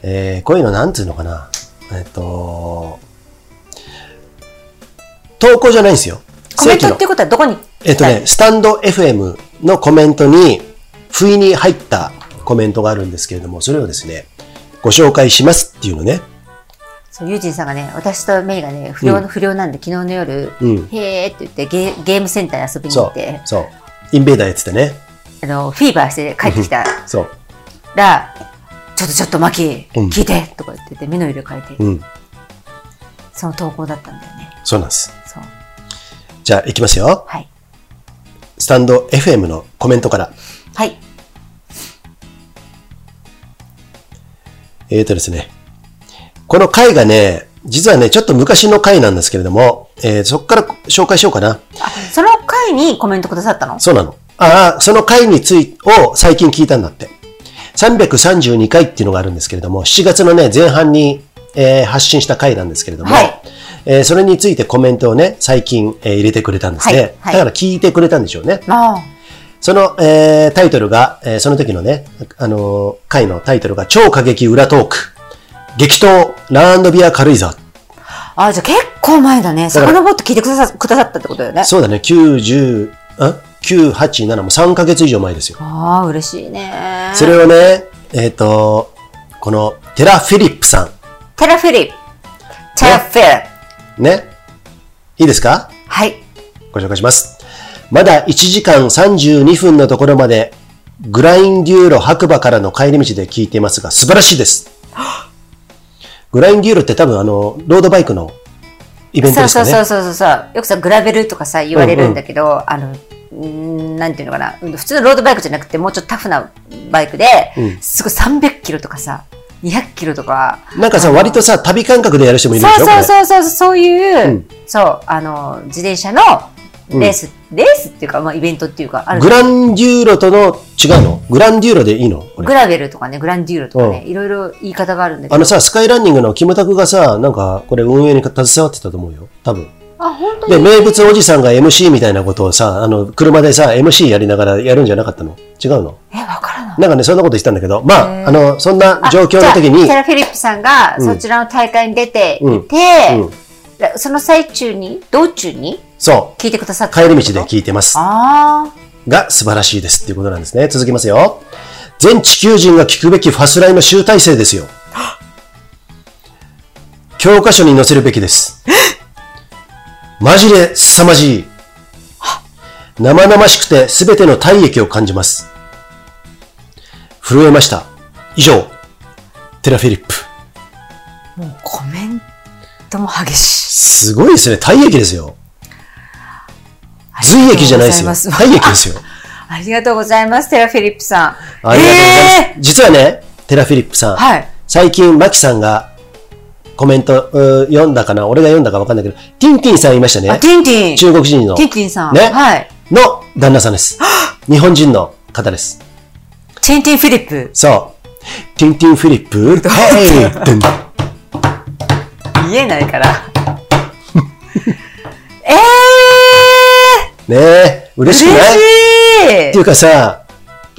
[SPEAKER 2] えーこういうのなんつうのかな。えっと、投稿じゃないんですよ。
[SPEAKER 1] コメント
[SPEAKER 2] 正規
[SPEAKER 1] っ
[SPEAKER 2] の
[SPEAKER 1] ていうことはどこに
[SPEAKER 2] えっとね、スタンド FM のコメントに、不意に入ったコメントがあるんですけれども、それをですね、ご紹介しますっていうのね。
[SPEAKER 1] そう、ユージンさんがね、私とメイがね、不良の不良なんで、昨日の夜、
[SPEAKER 2] うん
[SPEAKER 1] へーって言ってゲー、ゲームセンターに遊びに行
[SPEAKER 2] そ
[SPEAKER 1] って
[SPEAKER 2] う、、そう。インベーダーやっててね。
[SPEAKER 1] あの、フィーバーして帰ってきた
[SPEAKER 2] そう。
[SPEAKER 1] ら、ちょっとちょっとマキ、
[SPEAKER 2] うん
[SPEAKER 1] 聞いてとか言ってて、目の色変えて、
[SPEAKER 2] うん。
[SPEAKER 1] その投稿だったんだよね。
[SPEAKER 2] そうなんです。
[SPEAKER 1] そう。
[SPEAKER 2] じゃあ、いきますよ。
[SPEAKER 1] はい。
[SPEAKER 2] スタンド FM のコメントから。
[SPEAKER 1] はい。
[SPEAKER 2] えーとですね。この回がね、実はね、ちょっと昔の回なんですけれども、えーそこから紹介しようかな。
[SPEAKER 1] あ、その回にコメントくださったの
[SPEAKER 2] そうなの。ああ、その回についを最近聞いたんだって。332回っていうのがあるんですけれども、7月のね、前半に、えー発信した回なんですけれども、
[SPEAKER 1] はい
[SPEAKER 2] えーそれについてコメントをね、最近、えー入れてくれたんですね、
[SPEAKER 1] はいはい
[SPEAKER 2] だから聞いてくれたんでしょうね。
[SPEAKER 1] ああ。
[SPEAKER 2] その、えータイトルが、えーその時のね、あのー回のタイトルが、超過激裏トーク、激闘、ランドビア軽井沢。
[SPEAKER 1] ああ、じゃあ結構前だね。
[SPEAKER 2] だから
[SPEAKER 1] 遡って聞いてくださくださったってことだよね。
[SPEAKER 2] そうだね、90、あ ?987 も3ヶ月以上前ですよ。
[SPEAKER 1] ああ、嬉しいね。
[SPEAKER 2] それをね、えっ、と、このテラ・フィリップさ
[SPEAKER 1] テラフィリップ。テラフィリップ。
[SPEAKER 2] ん、ね、いいですか
[SPEAKER 1] はい。
[SPEAKER 2] ご紹介します。まだ1時間32分のところまで、グラインデューロ白馬からの帰り道で聞いていますが、素晴らしいです。グラインデューロって多分あの、ロードバイクのイベント
[SPEAKER 1] そうそ
[SPEAKER 2] ですか
[SPEAKER 1] う
[SPEAKER 2] ね。
[SPEAKER 1] そうそうそうそうよくさグラベルとかさ言われるんだけど、あのうーんなんていうのかな普通のロードバイクじゃなくてもうちょっとタフなバイクで、
[SPEAKER 2] ん
[SPEAKER 1] すごい300キロとかさ200キロとか
[SPEAKER 2] なんかさ、割とさ、旅感覚でやる人もいるでし
[SPEAKER 1] そ
[SPEAKER 2] ょ
[SPEAKER 1] うそう
[SPEAKER 2] こ
[SPEAKER 1] そうそうそういう、
[SPEAKER 2] うん
[SPEAKER 1] そうあの自転車のレース、レースっていうか、まあ、イベントっていうかあ
[SPEAKER 2] れ
[SPEAKER 1] る
[SPEAKER 2] グランデューロとの、違うのグランデューロでいいのこれ
[SPEAKER 1] グラベルとかねグランデューロとかね、いろいろ言い方があるんだけど
[SPEAKER 2] あのさ、スカイランニングのキムタクがさ、なんか、これ運営に携わってたと思うよ。多分。
[SPEAKER 1] あ本当に
[SPEAKER 2] で、名物おじさんが MC みたいなことをさ、あの、車でさ、MC やりながらやるんじゃなかったの違うの
[SPEAKER 1] えわからない
[SPEAKER 2] なんかね、そんなこと言ってたんだけど、ま
[SPEAKER 1] へ
[SPEAKER 2] あ、
[SPEAKER 1] ー
[SPEAKER 2] あの、そんな
[SPEAKER 1] あ
[SPEAKER 2] 状況の時
[SPEAKER 1] じゃ
[SPEAKER 2] に
[SPEAKER 1] あテラフィリップさんが
[SPEAKER 2] うん
[SPEAKER 1] そちらの大会に出ていて、
[SPEAKER 2] うんうん
[SPEAKER 1] でその最中に道中に
[SPEAKER 2] そ
[SPEAKER 1] 聞いてくださっ
[SPEAKER 2] う、
[SPEAKER 1] た
[SPEAKER 2] 帰り道で聞いてます。
[SPEAKER 1] あ
[SPEAKER 2] が、素晴らしいですっていうことなんですね。続きますよ。全地球人が聞くべきファスライの集大成ですよ。教科書に載せるべきです。マジで凄まじい。生々しくて全ての体液を感じます。震えました。以上、テラフィリップ。
[SPEAKER 1] あもうコメントも激しい
[SPEAKER 2] すごいですね。体液ですよ。髄液じゃないですよ。体液ですよ。
[SPEAKER 1] ありがとうございますテラフィリップさん
[SPEAKER 2] ありがとうございます。
[SPEAKER 1] え
[SPEAKER 2] 実はね、テラフィリップさ
[SPEAKER 1] ー
[SPEAKER 2] ん、
[SPEAKER 1] はい
[SPEAKER 2] 最近、マキさんがコメントうー読んだかな俺が読んだかわかんないけど、ティンティンさんいました
[SPEAKER 1] あ
[SPEAKER 2] ね。
[SPEAKER 1] ティンティン
[SPEAKER 2] 中国人の
[SPEAKER 1] ティンティンさん、
[SPEAKER 2] ね
[SPEAKER 1] はい
[SPEAKER 2] の旦那さ んです。日本人の方です。
[SPEAKER 1] ティンティンフィリップ
[SPEAKER 2] そう。ティンティン・フィリ ップ、ヘイテン
[SPEAKER 1] 言えない からえ
[SPEAKER 2] ねえ、
[SPEAKER 1] ー、
[SPEAKER 2] 嬉
[SPEAKER 1] 嬉
[SPEAKER 2] しくないっ
[SPEAKER 1] して
[SPEAKER 2] い
[SPEAKER 1] いう
[SPEAKER 2] かさ、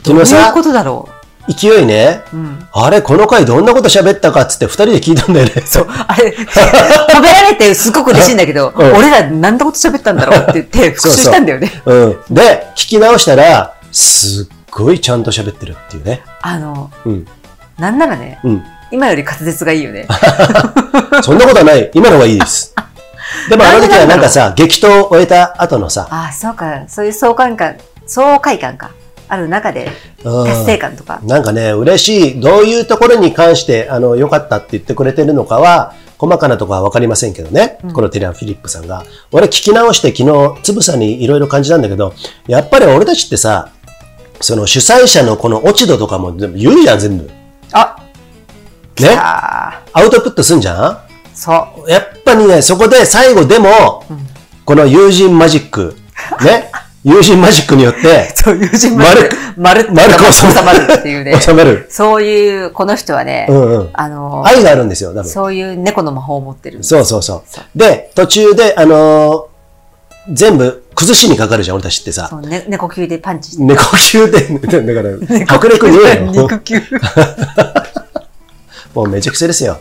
[SPEAKER 2] 昨日
[SPEAKER 1] どういう
[SPEAKER 2] さ
[SPEAKER 1] こ、とだろう
[SPEAKER 2] 勢いね、
[SPEAKER 1] うん。
[SPEAKER 2] あれ、この回どんなこと喋ったかっつって二人で聞いたんだよね。 そう。
[SPEAKER 1] あれ、食べられてすごく嬉しいんだけど、
[SPEAKER 2] うん
[SPEAKER 1] 俺ら何のこと喋ったんだろうって言 って復習したんだよね。
[SPEAKER 2] うん。で、聞き直したら、すっごいちゃんと喋ってるっていうね。
[SPEAKER 1] あの、
[SPEAKER 2] うん。
[SPEAKER 1] なんならね、
[SPEAKER 2] うん。
[SPEAKER 1] 今より滑舌がいい よね。
[SPEAKER 2] そんなことはない。今の方がいいです。でもあの時はなんかさ、激闘を終えた後のさ、
[SPEAKER 1] ああ、そうか、そういう爽快感、爽快感か。ある中で、
[SPEAKER 2] うん
[SPEAKER 1] 達成感とか。
[SPEAKER 2] なんかね、嬉しい、どういうところに関して、あの、良かったって言ってくれてるのかは、細かなところはわかりませんけどね、
[SPEAKER 1] うん
[SPEAKER 2] このティラン・フィリップさんが。俺聞き直して昨日、つぶさにいろいろ感じたんだけど、やっぱり俺たちってさ、その主催者のこの落ち度とかも全部言うじゃん、全部。
[SPEAKER 1] あ
[SPEAKER 2] ね
[SPEAKER 1] あ
[SPEAKER 2] アウトプットすんじゃ
[SPEAKER 1] ーそう。
[SPEAKER 2] んやっぱりね、そこで最後でも、
[SPEAKER 1] ん
[SPEAKER 2] この友人マジック、 ね、友人マジックによって、
[SPEAKER 1] そう、友人まで、丸っと
[SPEAKER 2] 丸く収
[SPEAKER 1] 収
[SPEAKER 2] ま
[SPEAKER 1] ま
[SPEAKER 2] る
[SPEAKER 1] るっていう ね。
[SPEAKER 2] 収める。
[SPEAKER 1] そういう、この人 はね、
[SPEAKER 2] うんうん。
[SPEAKER 1] あの、
[SPEAKER 2] 愛があるんですよ、多分。
[SPEAKER 1] そういう猫の魔法を持ってる。
[SPEAKER 2] そうそうそ。
[SPEAKER 1] そう
[SPEAKER 2] で、途中で、あのー全部崩しにかかるじゃん、俺たちってさ。
[SPEAKER 1] そう、ね、猫球でパンチして。
[SPEAKER 2] 猫球で、 だから、迫力ね えよ。
[SPEAKER 1] 肉球。
[SPEAKER 2] もうめちゃくちゃですよ。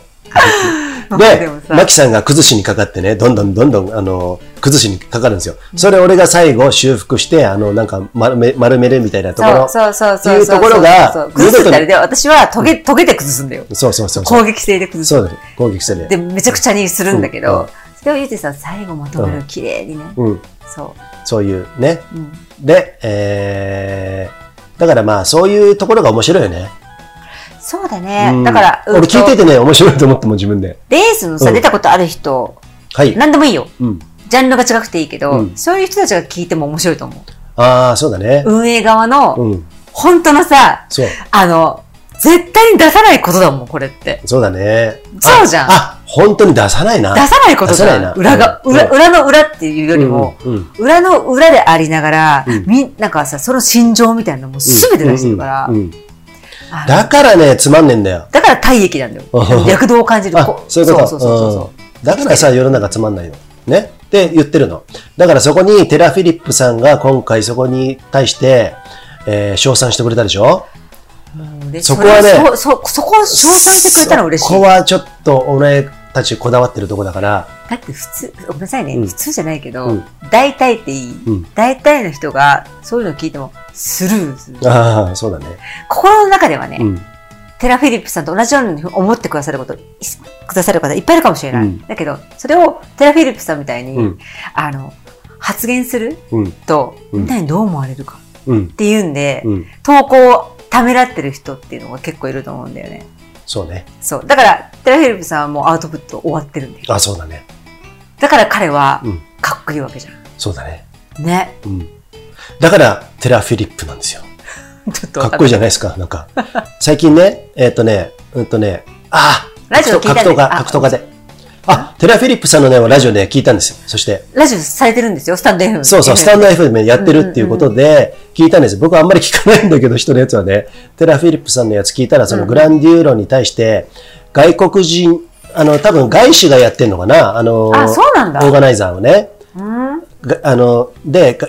[SPEAKER 1] で
[SPEAKER 2] で
[SPEAKER 1] も、さ
[SPEAKER 2] マキさんが崩しにかかってね、どんどんどんどん、あのー崩しにかかるんですよ。それ俺が最後修復して、あの、なんか丸め、丸めるみたいなところ。
[SPEAKER 1] そうそうそうそう。
[SPEAKER 2] っていうところが
[SPEAKER 1] そうそう崩すんだよね。で私はトゲ、トゲで崩すんだよ。
[SPEAKER 2] そうそうそうそう。
[SPEAKER 1] 攻撃性で崩す。
[SPEAKER 2] そうだね。攻撃するね。
[SPEAKER 1] で、めちゃくちゃにするんだけ
[SPEAKER 2] うん
[SPEAKER 1] ど、それをゆうてさん、最後まとめ
[SPEAKER 2] う
[SPEAKER 1] る、綺麗にね。
[SPEAKER 2] うん。
[SPEAKER 1] そ
[SPEAKER 2] そういうね。
[SPEAKER 1] う。うん。
[SPEAKER 2] で、えー、だからまあ、そういうところが面白いよね。
[SPEAKER 1] そうだね
[SPEAKER 2] う。ん
[SPEAKER 1] だから、うん
[SPEAKER 2] 俺
[SPEAKER 1] と
[SPEAKER 2] 聞いててね、面白いと思ってもん自分で。
[SPEAKER 1] レースのさ、
[SPEAKER 2] うん
[SPEAKER 1] 出たことある人、
[SPEAKER 2] はい。
[SPEAKER 1] 何でもいいよ。
[SPEAKER 2] うん。
[SPEAKER 1] ジャンルが違くていいけ
[SPEAKER 2] う
[SPEAKER 1] ど
[SPEAKER 2] ん、
[SPEAKER 1] そういう人たちが聞いても面白いと思う。
[SPEAKER 2] ああ、そうだね。
[SPEAKER 1] 運営側の、
[SPEAKER 2] うん。
[SPEAKER 1] 本当のさ、
[SPEAKER 2] そう。
[SPEAKER 1] あの、絶対に出さないことだもん、これって。
[SPEAKER 2] そうだね。
[SPEAKER 1] そうじゃん
[SPEAKER 2] あ、あ本当に出さないな。
[SPEAKER 1] 出さないことじ
[SPEAKER 2] 出さない
[SPEAKER 1] ゃ。
[SPEAKER 2] なん
[SPEAKER 1] 裏が、
[SPEAKER 2] うん
[SPEAKER 1] 裏、裏の裏っていうよりも、
[SPEAKER 2] うんうん
[SPEAKER 1] 裏の裏でありながら、
[SPEAKER 2] うん
[SPEAKER 1] み、なんかさ、その心情みたいなのも全て出してるから、
[SPEAKER 2] うんうんうん
[SPEAKER 1] あの
[SPEAKER 2] だからね、つまんねえんだよ。
[SPEAKER 1] だから体液なんだよ
[SPEAKER 2] うん。
[SPEAKER 1] 躍動を感じる。
[SPEAKER 2] あ
[SPEAKER 1] こ、
[SPEAKER 2] そういうこと。
[SPEAKER 1] そうそうそうそう
[SPEAKER 2] うんだからさ、世の中つまんないの。ね。って言ってるの。だからそこに、テラ・フィリップさんが今回そこに対して、えー、称賛してくれたでしょ
[SPEAKER 1] うんで
[SPEAKER 2] そこはね
[SPEAKER 1] れそそそこを称賛してくれたのは嬉し
[SPEAKER 2] そ
[SPEAKER 1] い
[SPEAKER 2] こ。はちょっと、俺たちこだわってるとこだから、
[SPEAKER 1] だって普通、ごめんなさいね、
[SPEAKER 2] うん
[SPEAKER 1] 普通じゃないけど、
[SPEAKER 2] うん
[SPEAKER 1] 大体っていい、
[SPEAKER 2] うん
[SPEAKER 1] 大体の人がそういうの聞いてもスルーする。
[SPEAKER 2] ああ、そうだね。
[SPEAKER 1] 心の中ではね、
[SPEAKER 2] うん。
[SPEAKER 1] テラフィリップさんと同じように思ってくださること、いくださる方いっぱいいるかもしれない。
[SPEAKER 2] うん
[SPEAKER 1] だけど、それをテラフィリップさんみたいに、
[SPEAKER 2] うん
[SPEAKER 1] あの、発言する
[SPEAKER 2] うん。
[SPEAKER 1] と、
[SPEAKER 2] うん
[SPEAKER 1] みんなにどう思われるか
[SPEAKER 2] うん
[SPEAKER 1] っ。ていうんで、
[SPEAKER 2] うん。
[SPEAKER 1] 投稿をためらってる人っていうのが結構いると思うんだよね。
[SPEAKER 2] そうね。
[SPEAKER 1] そう。だから、テラフィリップさんはもうアウトプット終わってるんだよ。
[SPEAKER 2] あ、そうだね。
[SPEAKER 1] だから彼は
[SPEAKER 2] うん、
[SPEAKER 1] かっこいいわけじゃん。
[SPEAKER 2] そうだね。
[SPEAKER 1] ね。
[SPEAKER 2] うん。だから、テラ・フィリップなんですよ。
[SPEAKER 1] ちょっと
[SPEAKER 2] か
[SPEAKER 1] わ
[SPEAKER 2] っ
[SPEAKER 1] かんない
[SPEAKER 2] こいいじゃないですか、なんか。最近ね、えっ、とね、うんとね、あ
[SPEAKER 1] ラジオ聞い
[SPEAKER 2] 格
[SPEAKER 1] たんで
[SPEAKER 2] 闘家、
[SPEAKER 1] あ
[SPEAKER 2] 格闘家で。あ、テラ・フィリップさんのね、ラジオで聞いたんですよ。そして、
[SPEAKER 1] ラジオされてるんですよ、スタンド F
[SPEAKER 2] そうそう、スタンド FM でやってるっていうことで、聞いたんです。僕はあんまり聞かないんだけど、人のやつはね。テラ・フィリップさんのやつ聞いたら、そのグランデューロに対して、外国人、あの、多分外資がやってんのかなあの、
[SPEAKER 1] あそうなんだ
[SPEAKER 2] オーガナイザーをね。
[SPEAKER 1] うん。
[SPEAKER 2] があの、で、が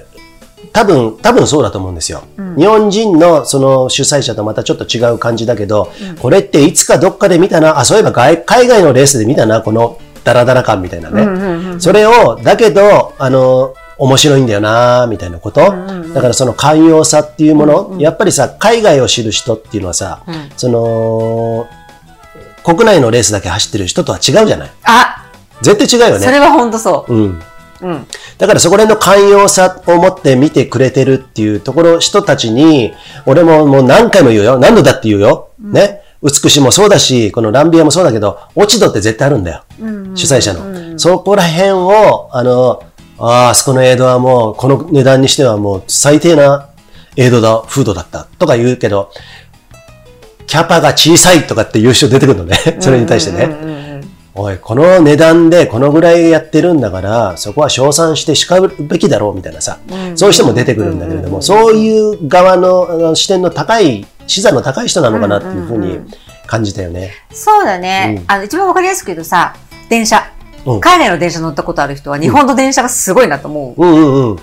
[SPEAKER 2] 多分、多分そうだと思うんですよ。
[SPEAKER 1] うん
[SPEAKER 2] 日本人のその主催者とまたちょっと違う感じだけど、
[SPEAKER 1] うん
[SPEAKER 2] これっていつかどっかで見たな、あ、そういえば外海外のレースで見たな、このダラダラ感みたいなね。
[SPEAKER 1] うんうんうん
[SPEAKER 2] それを、だけど、あの、面白いんだよな、みたいなこと。
[SPEAKER 1] んうんうん
[SPEAKER 2] だからその寛容さっていうもの、やっぱりさ、海外を知る人っていうのはさ、
[SPEAKER 1] うん
[SPEAKER 2] その、国内のレースだけ走ってる人とは違うじゃない
[SPEAKER 1] あ、
[SPEAKER 2] 絶対違うよ
[SPEAKER 1] そ
[SPEAKER 2] ね。
[SPEAKER 1] れは本当そ
[SPEAKER 2] うん。
[SPEAKER 1] う。うん。
[SPEAKER 2] だからそこら辺の寛容さを持って見てくれてるっていうところ、人たちに、俺ももう何回も言うよ。何度だって言うよ。ね。美しもそうだし、このランビアもそうだけど、落ち度って絶対あるんだよ。
[SPEAKER 1] うん
[SPEAKER 2] 主催者の。そこら辺を、あの、ああ、あそこのエイドはもう、この値段にしてはもう最低なエイドだ、フードだったとか言うけど、キャパが小さいとかっていう人出てくるのね。 それに対してね。
[SPEAKER 1] うんうんうん
[SPEAKER 2] おい、この値段でこのぐらいやってるんだから、そこは称賛して叱るべきだろうみたいなさ、
[SPEAKER 1] うん
[SPEAKER 2] そういう人も出てくるんだけれども、そういう側のあの視点の高い、視座の高い人なのかなっていうふう
[SPEAKER 1] うんう
[SPEAKER 2] に
[SPEAKER 1] んうん
[SPEAKER 2] 感じたよね。
[SPEAKER 1] そうだね。
[SPEAKER 2] うん
[SPEAKER 1] あの、一番わかりやすく言うとさ、電車。
[SPEAKER 2] うん
[SPEAKER 1] 海外の電車乗ったことある人は、日本の電車がすごいなと思う。
[SPEAKER 2] うんうんうん。
[SPEAKER 1] で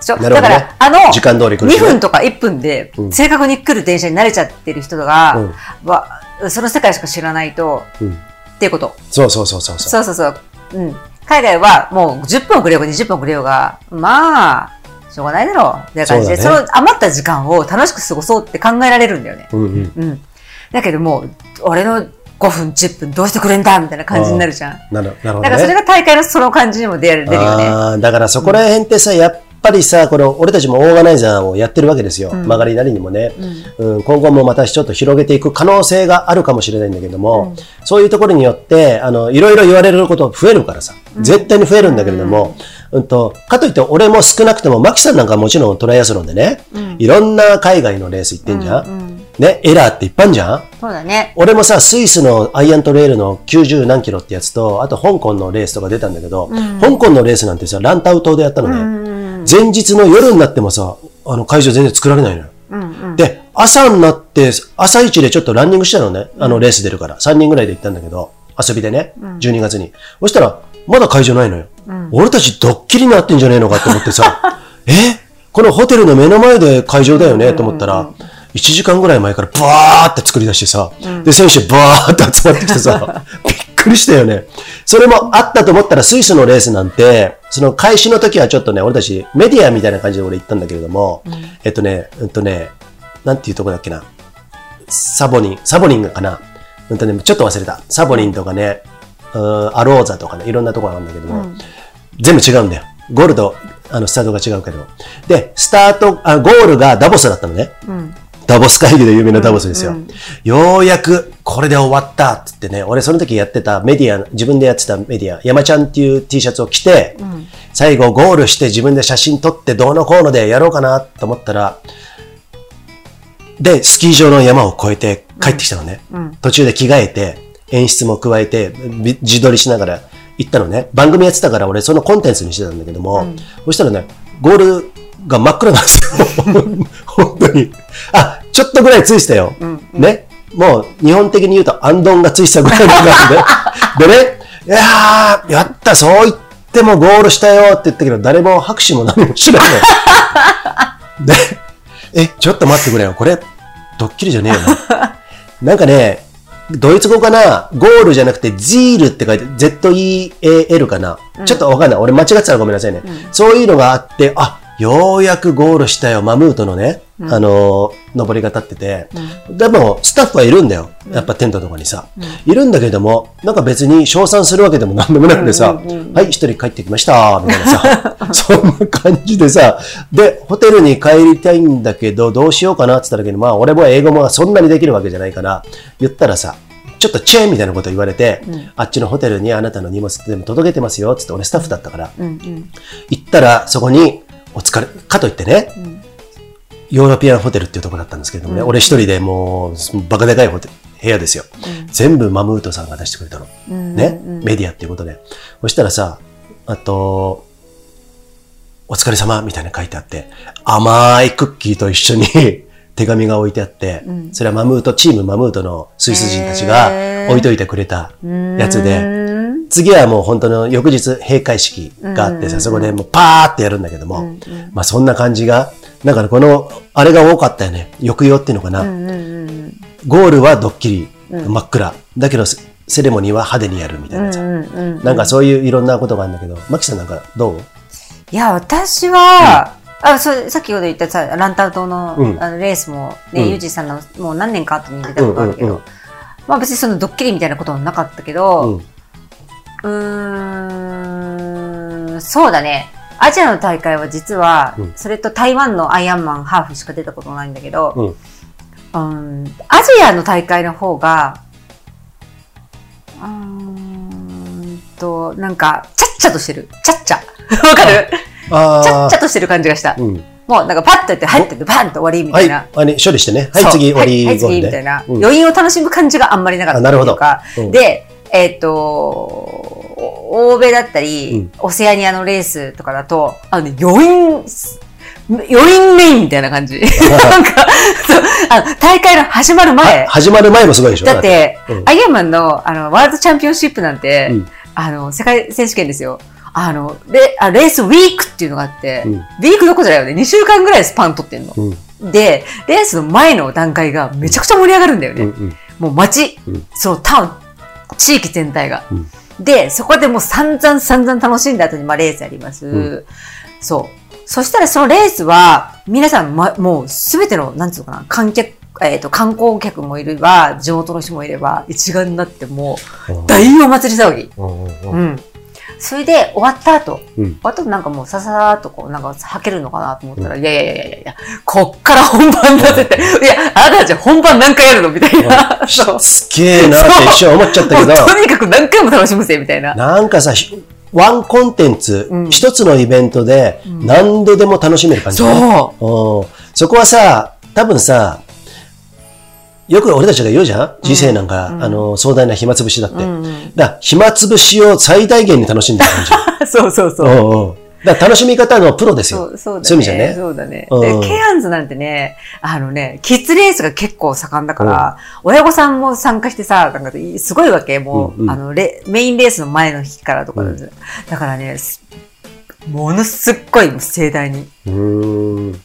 [SPEAKER 1] しょ、
[SPEAKER 2] なる
[SPEAKER 1] だ
[SPEAKER 2] ほど
[SPEAKER 1] か
[SPEAKER 2] ね
[SPEAKER 1] ら、あの、
[SPEAKER 2] 時間通り来る
[SPEAKER 1] 2
[SPEAKER 2] しね
[SPEAKER 1] 分とか1分で
[SPEAKER 2] うん
[SPEAKER 1] 正確に来る電車に慣れちゃってる人が、
[SPEAKER 2] うん
[SPEAKER 1] わその世界しか知らないと、
[SPEAKER 2] うん
[SPEAKER 1] っていうこと。
[SPEAKER 2] そうそうそうそうそう。
[SPEAKER 1] そうそうそう。うん。海外はもう10分遅れようが20分遅れようが、まあ、しょうがないだろう。みたいな感じで、
[SPEAKER 2] そ
[SPEAKER 1] そう
[SPEAKER 2] だね
[SPEAKER 1] の余った時間を楽しく過ごそうって考えられるんだよね。
[SPEAKER 2] うんうん、
[SPEAKER 1] うん。だけどもう、俺の5分、10分どうしてくれんだみたいな感じになるじゃん。
[SPEAKER 2] なるなるほど、ね。
[SPEAKER 1] だからそれが大会のその感じにも出る出るよね。
[SPEAKER 2] あーだからそこら辺ってさ、やっぱりさ、この俺たちもオーガナイザーをやってるわけですよ。
[SPEAKER 1] うん
[SPEAKER 2] 曲がりなりにもね、
[SPEAKER 1] うん
[SPEAKER 2] うん。今後もまたちょっと広げていく可能性があるかもしれないんだけども、
[SPEAKER 1] う
[SPEAKER 2] そういうところによって、あの、いろいろ言われること増えるからさ、
[SPEAKER 1] うん
[SPEAKER 2] 絶対に増えるんだけれども、うんと、かといって俺も少なくとも、マキさんなんかもちろんトライアスロンでね、
[SPEAKER 1] ん
[SPEAKER 2] いろんな海外のレース行ってんじゃん。
[SPEAKER 1] ううん
[SPEAKER 2] ね、エラーっていっぱいあんじゃん
[SPEAKER 1] そうだね。
[SPEAKER 2] 俺もさ、スイスのアイアントレールの90何キロってやつと、あと香港のレースとか出たんだけど、
[SPEAKER 1] うん
[SPEAKER 2] 香港のレースなんてさ、ランタウ島でやったの
[SPEAKER 1] う
[SPEAKER 2] ね。
[SPEAKER 1] んうん
[SPEAKER 2] 前日の夜になってもさ、あの会場全然作られないのよ。
[SPEAKER 1] うんうん。
[SPEAKER 2] で、朝になって、朝一でちょっとランニングしたのね。あのレース出るから。3人ぐらいで行ったんだけど、遊びでね。12月に。そしたら、まだ会場ないのよ。俺たちドッキリになってんじゃねえのかと思っ てさ、えこのホテルの目の前で会場だよねと思ったら、1時間ぐらい前からバーって作り出してさ、で、選手バーって集まってき てさ、びっくりしたよね。それもあったと思ったら、スイスのレースなんて、その開始の時はちょっとね、俺たちメディアみたいな感じで俺行ったんだけれども、えっとね、うんとね、なんていうとこだっけな。サボニン、サボニンかな。うんとね、ちょっと忘れた。サボニンとかね、うんアローザとかね、いろんなところあるんだけども、全部違うんだよ。ゴールと、あの、スタートが違うけど。で、スタート、あゴールがダボスだったのね。
[SPEAKER 1] うん
[SPEAKER 2] ダボス会議で有名なダボスですよ。
[SPEAKER 1] うんうん
[SPEAKER 2] ようやく、これで終わったっつってね、俺その時やってたメディア、自分でやってたメディア、山ちゃんっていう T シャツを着て、最後ゴールして自分で写真撮ってどうのこうのでやろうかなと思ったら、で、スキー場の山を越えて帰ってきたのね。
[SPEAKER 1] うん
[SPEAKER 2] 途中で着替えて、演出も加えて、び自撮りしながら行ったのね。番組やってたから俺そのコンテンツにしてたんだけども、そしたらね、ゴールが真っ暗なん ですよ。本当に。あ、ちょっとぐらいついてたよ。
[SPEAKER 1] ん
[SPEAKER 2] ね。もう日本的に言うとアンドンがついてたぐらい の感じで。でね、いやー、やった、そう言ってもゴールしたよって言ったけど、誰も拍手も何もしないのよ。で、え、ちょっと待ってくれよ。これ、ドッキリじゃねえよな。 なんかね、ドイツ語かなゴールじゃなくて、ジールって書いて、Z-E-A-L かな、ちょっとわかんない。俺間違ってたらごめんなさいね、そういうのがあって、あ、ようやくゴールしたよ。マムートのね、あのー、登りが立ってて。でも、スタッフはいるんだよ。やっぱテントとかにさ、いるんだけども、なんか別に称賛するわけでもなんでもなくてさ、はい、一人帰ってきました、みたいなさ、 そんな感じでさ、で、ホテルに帰りたいんだけど、どうしようかなって言った時に、まあ、俺も英語もそんなにできるわけじゃないから、言ったらさ、ちょっとチェーンみたいなこと言われて、あっちのホテルにあなたの荷物全部届けてますよ、つって俺スタッフだったから、
[SPEAKER 1] うん
[SPEAKER 2] 行ったら、そこに、お疲れ、かといってね、
[SPEAKER 1] ん
[SPEAKER 2] ヨーロピアンホテルっていうところだったんですけどもね、俺一人でもう、バカでかいホテル、部屋ですよ。全部マムートさんが出してくれたの。
[SPEAKER 1] うん。
[SPEAKER 2] ね、メディアっていうことで。そしたらさ、あと、お疲れ様みたいなの書いてあって、甘いクッキーと一緒に 手紙が置いてあって、
[SPEAKER 1] うん
[SPEAKER 2] それはマムート、チームマムートのスイス人たちが
[SPEAKER 1] へー
[SPEAKER 2] 置いといてくれたやつで、
[SPEAKER 1] うん
[SPEAKER 2] 次はもう本当の翌日閉会式が
[SPEAKER 1] う
[SPEAKER 2] あって
[SPEAKER 1] んうんう
[SPEAKER 2] さ、
[SPEAKER 1] ん
[SPEAKER 2] そこでもうパーってやるんだけども、
[SPEAKER 1] うんうん
[SPEAKER 2] まあそんな感じが、だからこの、あれが多かったよね。抑揚っていうのかな。
[SPEAKER 1] うんうんうん
[SPEAKER 2] ゴールはドッキリ、
[SPEAKER 1] うん
[SPEAKER 2] 真っ暗。だけどセセレモニーは派手にやるみたいなやつ。
[SPEAKER 1] うんうんうん
[SPEAKER 2] なんかそういういろんなことがあるんだけど、マキさんなんかどう
[SPEAKER 1] いや、私は、あそうさっきほど言ったさランタウ島の,、
[SPEAKER 2] うん
[SPEAKER 1] あのレースも、
[SPEAKER 2] うん
[SPEAKER 1] ねユージさんのもう何年か後に出たことあるけど、
[SPEAKER 2] うんうんうん
[SPEAKER 1] まあ、別にそのドッキリみたいなことはなかったけ
[SPEAKER 2] う
[SPEAKER 1] ど、
[SPEAKER 2] ん。
[SPEAKER 1] うーんそうだねアジアの大会は実は、
[SPEAKER 2] うん
[SPEAKER 1] それと台湾のアイアンマンハーフしか出たことないんだけど、
[SPEAKER 2] うん。
[SPEAKER 1] うんアジアの大会の方が、うーんと、なんか、ちゃっちゃとしてる。ちゃっちゃ。 わかるちゃ
[SPEAKER 2] あ
[SPEAKER 1] っちゃとしてる感じがした。
[SPEAKER 2] ーうん。
[SPEAKER 1] もうなんかパッとやって、入ってって、バンと終わりみ
[SPEAKER 2] は
[SPEAKER 1] たい
[SPEAKER 2] い。
[SPEAKER 1] な。
[SPEAKER 2] あれ、処理してね。は
[SPEAKER 1] そう
[SPEAKER 2] い、次終わり
[SPEAKER 1] はい、はい
[SPEAKER 2] ゴー
[SPEAKER 1] 次
[SPEAKER 2] ル
[SPEAKER 1] みたい
[SPEAKER 2] で。
[SPEAKER 1] な、
[SPEAKER 2] うん
[SPEAKER 1] 余韻を楽しむ感じがあんまりなかった
[SPEAKER 2] あな
[SPEAKER 1] と
[SPEAKER 2] るほ
[SPEAKER 1] い
[SPEAKER 2] ど
[SPEAKER 1] うか、
[SPEAKER 2] うん
[SPEAKER 1] で、えっ、と、お欧米だったり、
[SPEAKER 2] うん
[SPEAKER 1] オセアニアのレースとかだと、あのね、余韻、余韻メインみたいな感 じ。なんか、そうあの大会の始まる前
[SPEAKER 2] は、始まる前もすごいでしょ
[SPEAKER 1] だって、
[SPEAKER 2] うん
[SPEAKER 1] アイアンマンのあのワールドチャンピオンシップなんて、
[SPEAKER 2] うん
[SPEAKER 1] あの世界選手権ですよ。あの、レあレースウィークっていうのがあって、
[SPEAKER 2] うん
[SPEAKER 1] ウィークどころじゃないよね。2週間ぐらいスパン取ってんの。
[SPEAKER 2] うん
[SPEAKER 1] で、レースの前の段階がめちゃくちゃ盛り上がるんだよね。
[SPEAKER 2] うんうん
[SPEAKER 1] もう街、
[SPEAKER 2] うん
[SPEAKER 1] そのタウン、地域全体が。
[SPEAKER 2] うん
[SPEAKER 1] で、そこでもう散々散々楽しんだ後に、まあレースあります。
[SPEAKER 2] ん
[SPEAKER 1] そう。そしたらそのレースは、皆さん、ま、もうすべての、なんつうのかな、観客、えっ、と、観光客もいれば、地元の人もいれば、一丸になってもう、大お祭り騒ぎ。
[SPEAKER 2] うんうんうん
[SPEAKER 1] うん。それで終わった後、
[SPEAKER 2] うん
[SPEAKER 1] 終わった後なんかもうさささーっとこうなんかはけるのかなと思ったら、いやいやいやいやいや、こっから本番だぜって、いや、あなたたち本番何回やるのみたいな、 そう。
[SPEAKER 2] すげえなって一瞬思っちゃった
[SPEAKER 1] も
[SPEAKER 2] け
[SPEAKER 1] う
[SPEAKER 2] ど、
[SPEAKER 1] とにかく何回も楽しむぜみたいな。
[SPEAKER 2] なんかさ、ひワンコンテンツ、
[SPEAKER 1] うん
[SPEAKER 2] 一つのイベントで
[SPEAKER 1] ん
[SPEAKER 2] 何度でも楽しめる感じ、ね
[SPEAKER 1] そ
[SPEAKER 2] うんそこはさ、多分さ、よく俺たちが言うじゃん人生なんか、あの、壮大な暇つぶしだって。
[SPEAKER 1] んう
[SPEAKER 2] だから暇つぶしを最大限に楽しんだ感 じ。
[SPEAKER 1] う。 そうそうそう。
[SPEAKER 2] うんうんだから楽しみ方のプロです
[SPEAKER 1] そ
[SPEAKER 2] よ。
[SPEAKER 1] うそうだ
[SPEAKER 2] そういう意味じゃね
[SPEAKER 1] ね。そうだね。
[SPEAKER 2] うん
[SPEAKER 1] で、ケアンズなんてね、あのね、キッズレースが結構盛んだから、親御さんも参加してさ、なんかすごいわけ、も
[SPEAKER 2] うんう
[SPEAKER 1] う、
[SPEAKER 2] ん
[SPEAKER 1] あの、レメインレースの前の日からとかだとだからね、すものすっごい盛大に
[SPEAKER 2] うーん。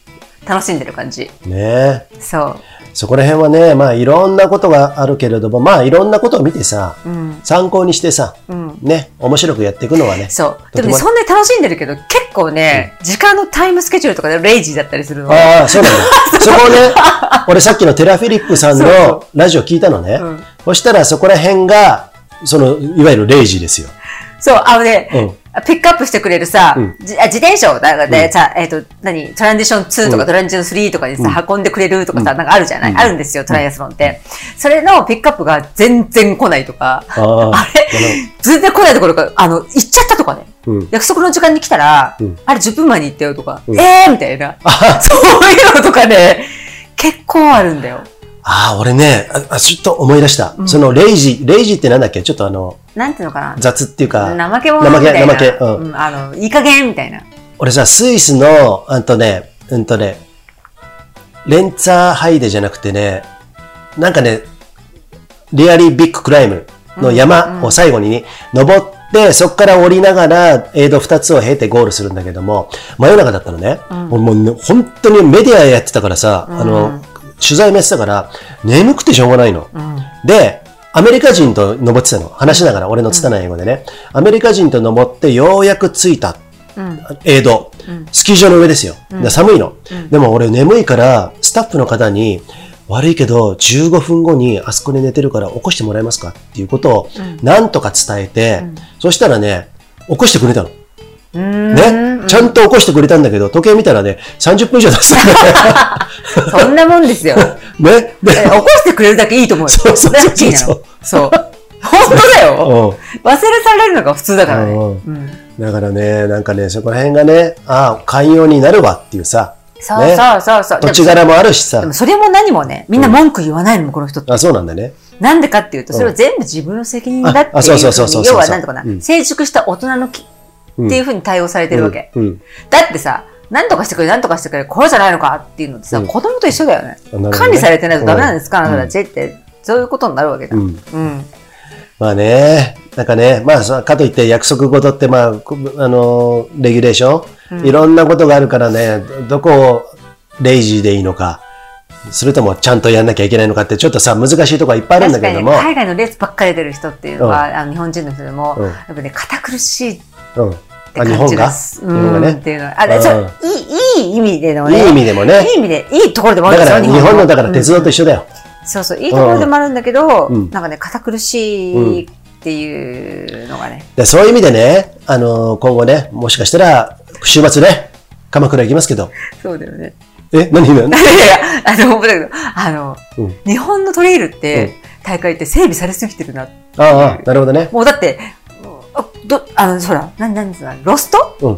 [SPEAKER 1] 楽しんでる感じ。
[SPEAKER 2] ね
[SPEAKER 1] そ
[SPEAKER 2] そこら辺はね、まあいろんなことがあるけれども、まあいろんなことを見てさ、
[SPEAKER 1] う。うん。
[SPEAKER 2] 参考にしてさ、
[SPEAKER 1] うん。
[SPEAKER 2] ね、面白くやっていくのはね。
[SPEAKER 1] そう。
[SPEAKER 2] と
[SPEAKER 1] で
[SPEAKER 2] ても
[SPEAKER 1] もね、そんなに楽しんでるけど、結構ね、時間のタイムスケジュールとかでレイジーだったりするの。
[SPEAKER 2] ああ、そうなん だ。そこをね、俺さっきのテラフィリップさん
[SPEAKER 1] そうそ
[SPEAKER 2] のラジオ聞いたのね。
[SPEAKER 1] うん
[SPEAKER 2] そしたらそこら辺が、その、いわゆるレイジーですよ。
[SPEAKER 1] そう、あのね、
[SPEAKER 2] うん
[SPEAKER 1] ピックアップしてくれるさ、
[SPEAKER 2] うん
[SPEAKER 1] じあ自転車を、だからね
[SPEAKER 2] うん
[SPEAKER 1] さ、えっ、と、何、トランジション2と
[SPEAKER 2] うん
[SPEAKER 1] かトランジション3とかにさ、運んでくれるとかさ、
[SPEAKER 2] うん
[SPEAKER 1] なんかあるじゃない、
[SPEAKER 2] うん
[SPEAKER 1] あるんですよ、トライアスロンって。それのピックアップが全然来ないとか、
[SPEAKER 2] ああ
[SPEAKER 1] あれ全然来ないところか、あの、行っちゃったとかね。
[SPEAKER 2] うん
[SPEAKER 1] 約束の時間に来たら、
[SPEAKER 2] うん
[SPEAKER 1] あれ10分前に行ったよとか、
[SPEAKER 2] うん
[SPEAKER 1] えーみたいな。そういうのとかね、結構あるんだよ。
[SPEAKER 2] ああ、俺ね、ああ、ちょっと思い出した。そのレイジー、レイジーってなんだっけちょっとあの、
[SPEAKER 1] なんていうのかな。
[SPEAKER 2] 雑っていうか、
[SPEAKER 1] 怠け者みたいな。
[SPEAKER 2] 怠け怠けうん
[SPEAKER 1] うん。あの、いい加減みたいな。
[SPEAKER 2] 俺さ、スイスの、うんとね、うんとね、レンツァーハイデじゃなくてね、なんかね、リアリービッグクライムの山を最後にね、登って、そこから降りながら、エイド2つを経てゴールするんだけども、真夜中だったのね。もうもうね本当にメディアやってたからさ、あの、取材もやってたから、眠くてしょうがないの。
[SPEAKER 1] うん。
[SPEAKER 2] で、アメリカ人と登ってたの。話しながら、俺の拙い英語でね。アメリカ人と登って、ようやく着いた。
[SPEAKER 1] うん。
[SPEAKER 2] エイド。スキー場の上ですよ。で寒いの、でも俺眠いから、スタッフの方に、悪いけど、15分後にあそこで寝てるから起こしてもらえますかっていうことを、なんとか伝えて、そしたらね、起こしてくれたの。
[SPEAKER 1] うーん
[SPEAKER 2] ね、ちゃんと起こしてくれたんだけど、時計見たらね、30分以上経 って
[SPEAKER 1] そんなもんです よ。
[SPEAKER 2] たね。ね。で
[SPEAKER 1] え起こしてくれるだけいいと思うよ。
[SPEAKER 2] そうそうそうそう
[SPEAKER 1] れだけいいのよそう。本当だよ。
[SPEAKER 2] うん
[SPEAKER 1] 忘れ去られるのが普通だからね。
[SPEAKER 2] うん
[SPEAKER 1] うん
[SPEAKER 2] だからね、なんかね、そこら辺がね、ああ、寛容になるわっていうさ、
[SPEAKER 1] そうそうそうそう。
[SPEAKER 2] 土地
[SPEAKER 1] でも
[SPEAKER 2] 柄もあるし
[SPEAKER 1] で
[SPEAKER 2] さ
[SPEAKER 1] も、それも何もね、みんな文句言わないのもこの人って。
[SPEAKER 2] あそうなんだね。
[SPEAKER 1] なんでかっていうと、それは全部自分の責任だっていう
[SPEAKER 2] ああそうそうそうそうそう
[SPEAKER 1] 要はなんとかな
[SPEAKER 2] う、ん
[SPEAKER 1] 成熟した大人のきっていうふうに対応されてるわけ。
[SPEAKER 2] うん。うん
[SPEAKER 1] だってさ、なんとかしてくれ、なんとかしてくれ、これじゃないのかっていうのってさ、
[SPEAKER 2] うん
[SPEAKER 1] 子供と一緒だよね
[SPEAKER 2] なるほど。ね
[SPEAKER 1] 管理されてないとダメなんですか、あなたたちって。そういうことになるわけだ。
[SPEAKER 2] うん
[SPEAKER 1] うん。
[SPEAKER 2] まあね、なんかね、まあさ、かといって約束事って、まあ、こあのーレギュレーション、いろんなことがあるからね、どこをレイジーでいいのか、それともちゃんとやんなきゃいけないのかって、ちょっとさ、難しいとこはいっぱいあるんだ
[SPEAKER 1] 確か
[SPEAKER 2] けど
[SPEAKER 1] に
[SPEAKER 2] も、
[SPEAKER 1] 海外のレースばっかり出る人っていうのは、
[SPEAKER 2] う
[SPEAKER 1] あの日本人の人でも、
[SPEAKER 2] うん
[SPEAKER 1] やっぱね、堅苦しいって
[SPEAKER 2] うん。あ
[SPEAKER 1] 感
[SPEAKER 2] 日本
[SPEAKER 1] じ
[SPEAKER 2] が
[SPEAKER 1] です。
[SPEAKER 2] 日本が
[SPEAKER 1] うんっ
[SPEAKER 2] ね。
[SPEAKER 1] ていうのはあれ、そう
[SPEAKER 2] うん
[SPEAKER 1] いい、いい意味でのね。
[SPEAKER 2] いい意味でもね
[SPEAKER 1] いい意味で、いいところでもあ
[SPEAKER 2] だ
[SPEAKER 1] るん
[SPEAKER 2] か
[SPEAKER 1] ですよ
[SPEAKER 2] ら、日本の、だから
[SPEAKER 1] うん
[SPEAKER 2] 鉄道と一緒だよ。
[SPEAKER 1] そうそう、いいところでもあるんだけど、
[SPEAKER 2] うん
[SPEAKER 1] なんかね、堅苦しいっていうのがね。
[SPEAKER 2] でそういう意味でね、あのー今後ね、もしかしたら、週末ね、鎌倉行きますけど、
[SPEAKER 1] そうだよね。
[SPEAKER 2] え、何今
[SPEAKER 1] いやいや、あの、思ったけど、あの、
[SPEAKER 2] うん
[SPEAKER 1] 日本のトレイルって、大会って整備されすぎてるな。
[SPEAKER 2] ああ、なるほどね。
[SPEAKER 1] もうだって、あどあの、そら、なん、なんですか、ロスト
[SPEAKER 2] うん。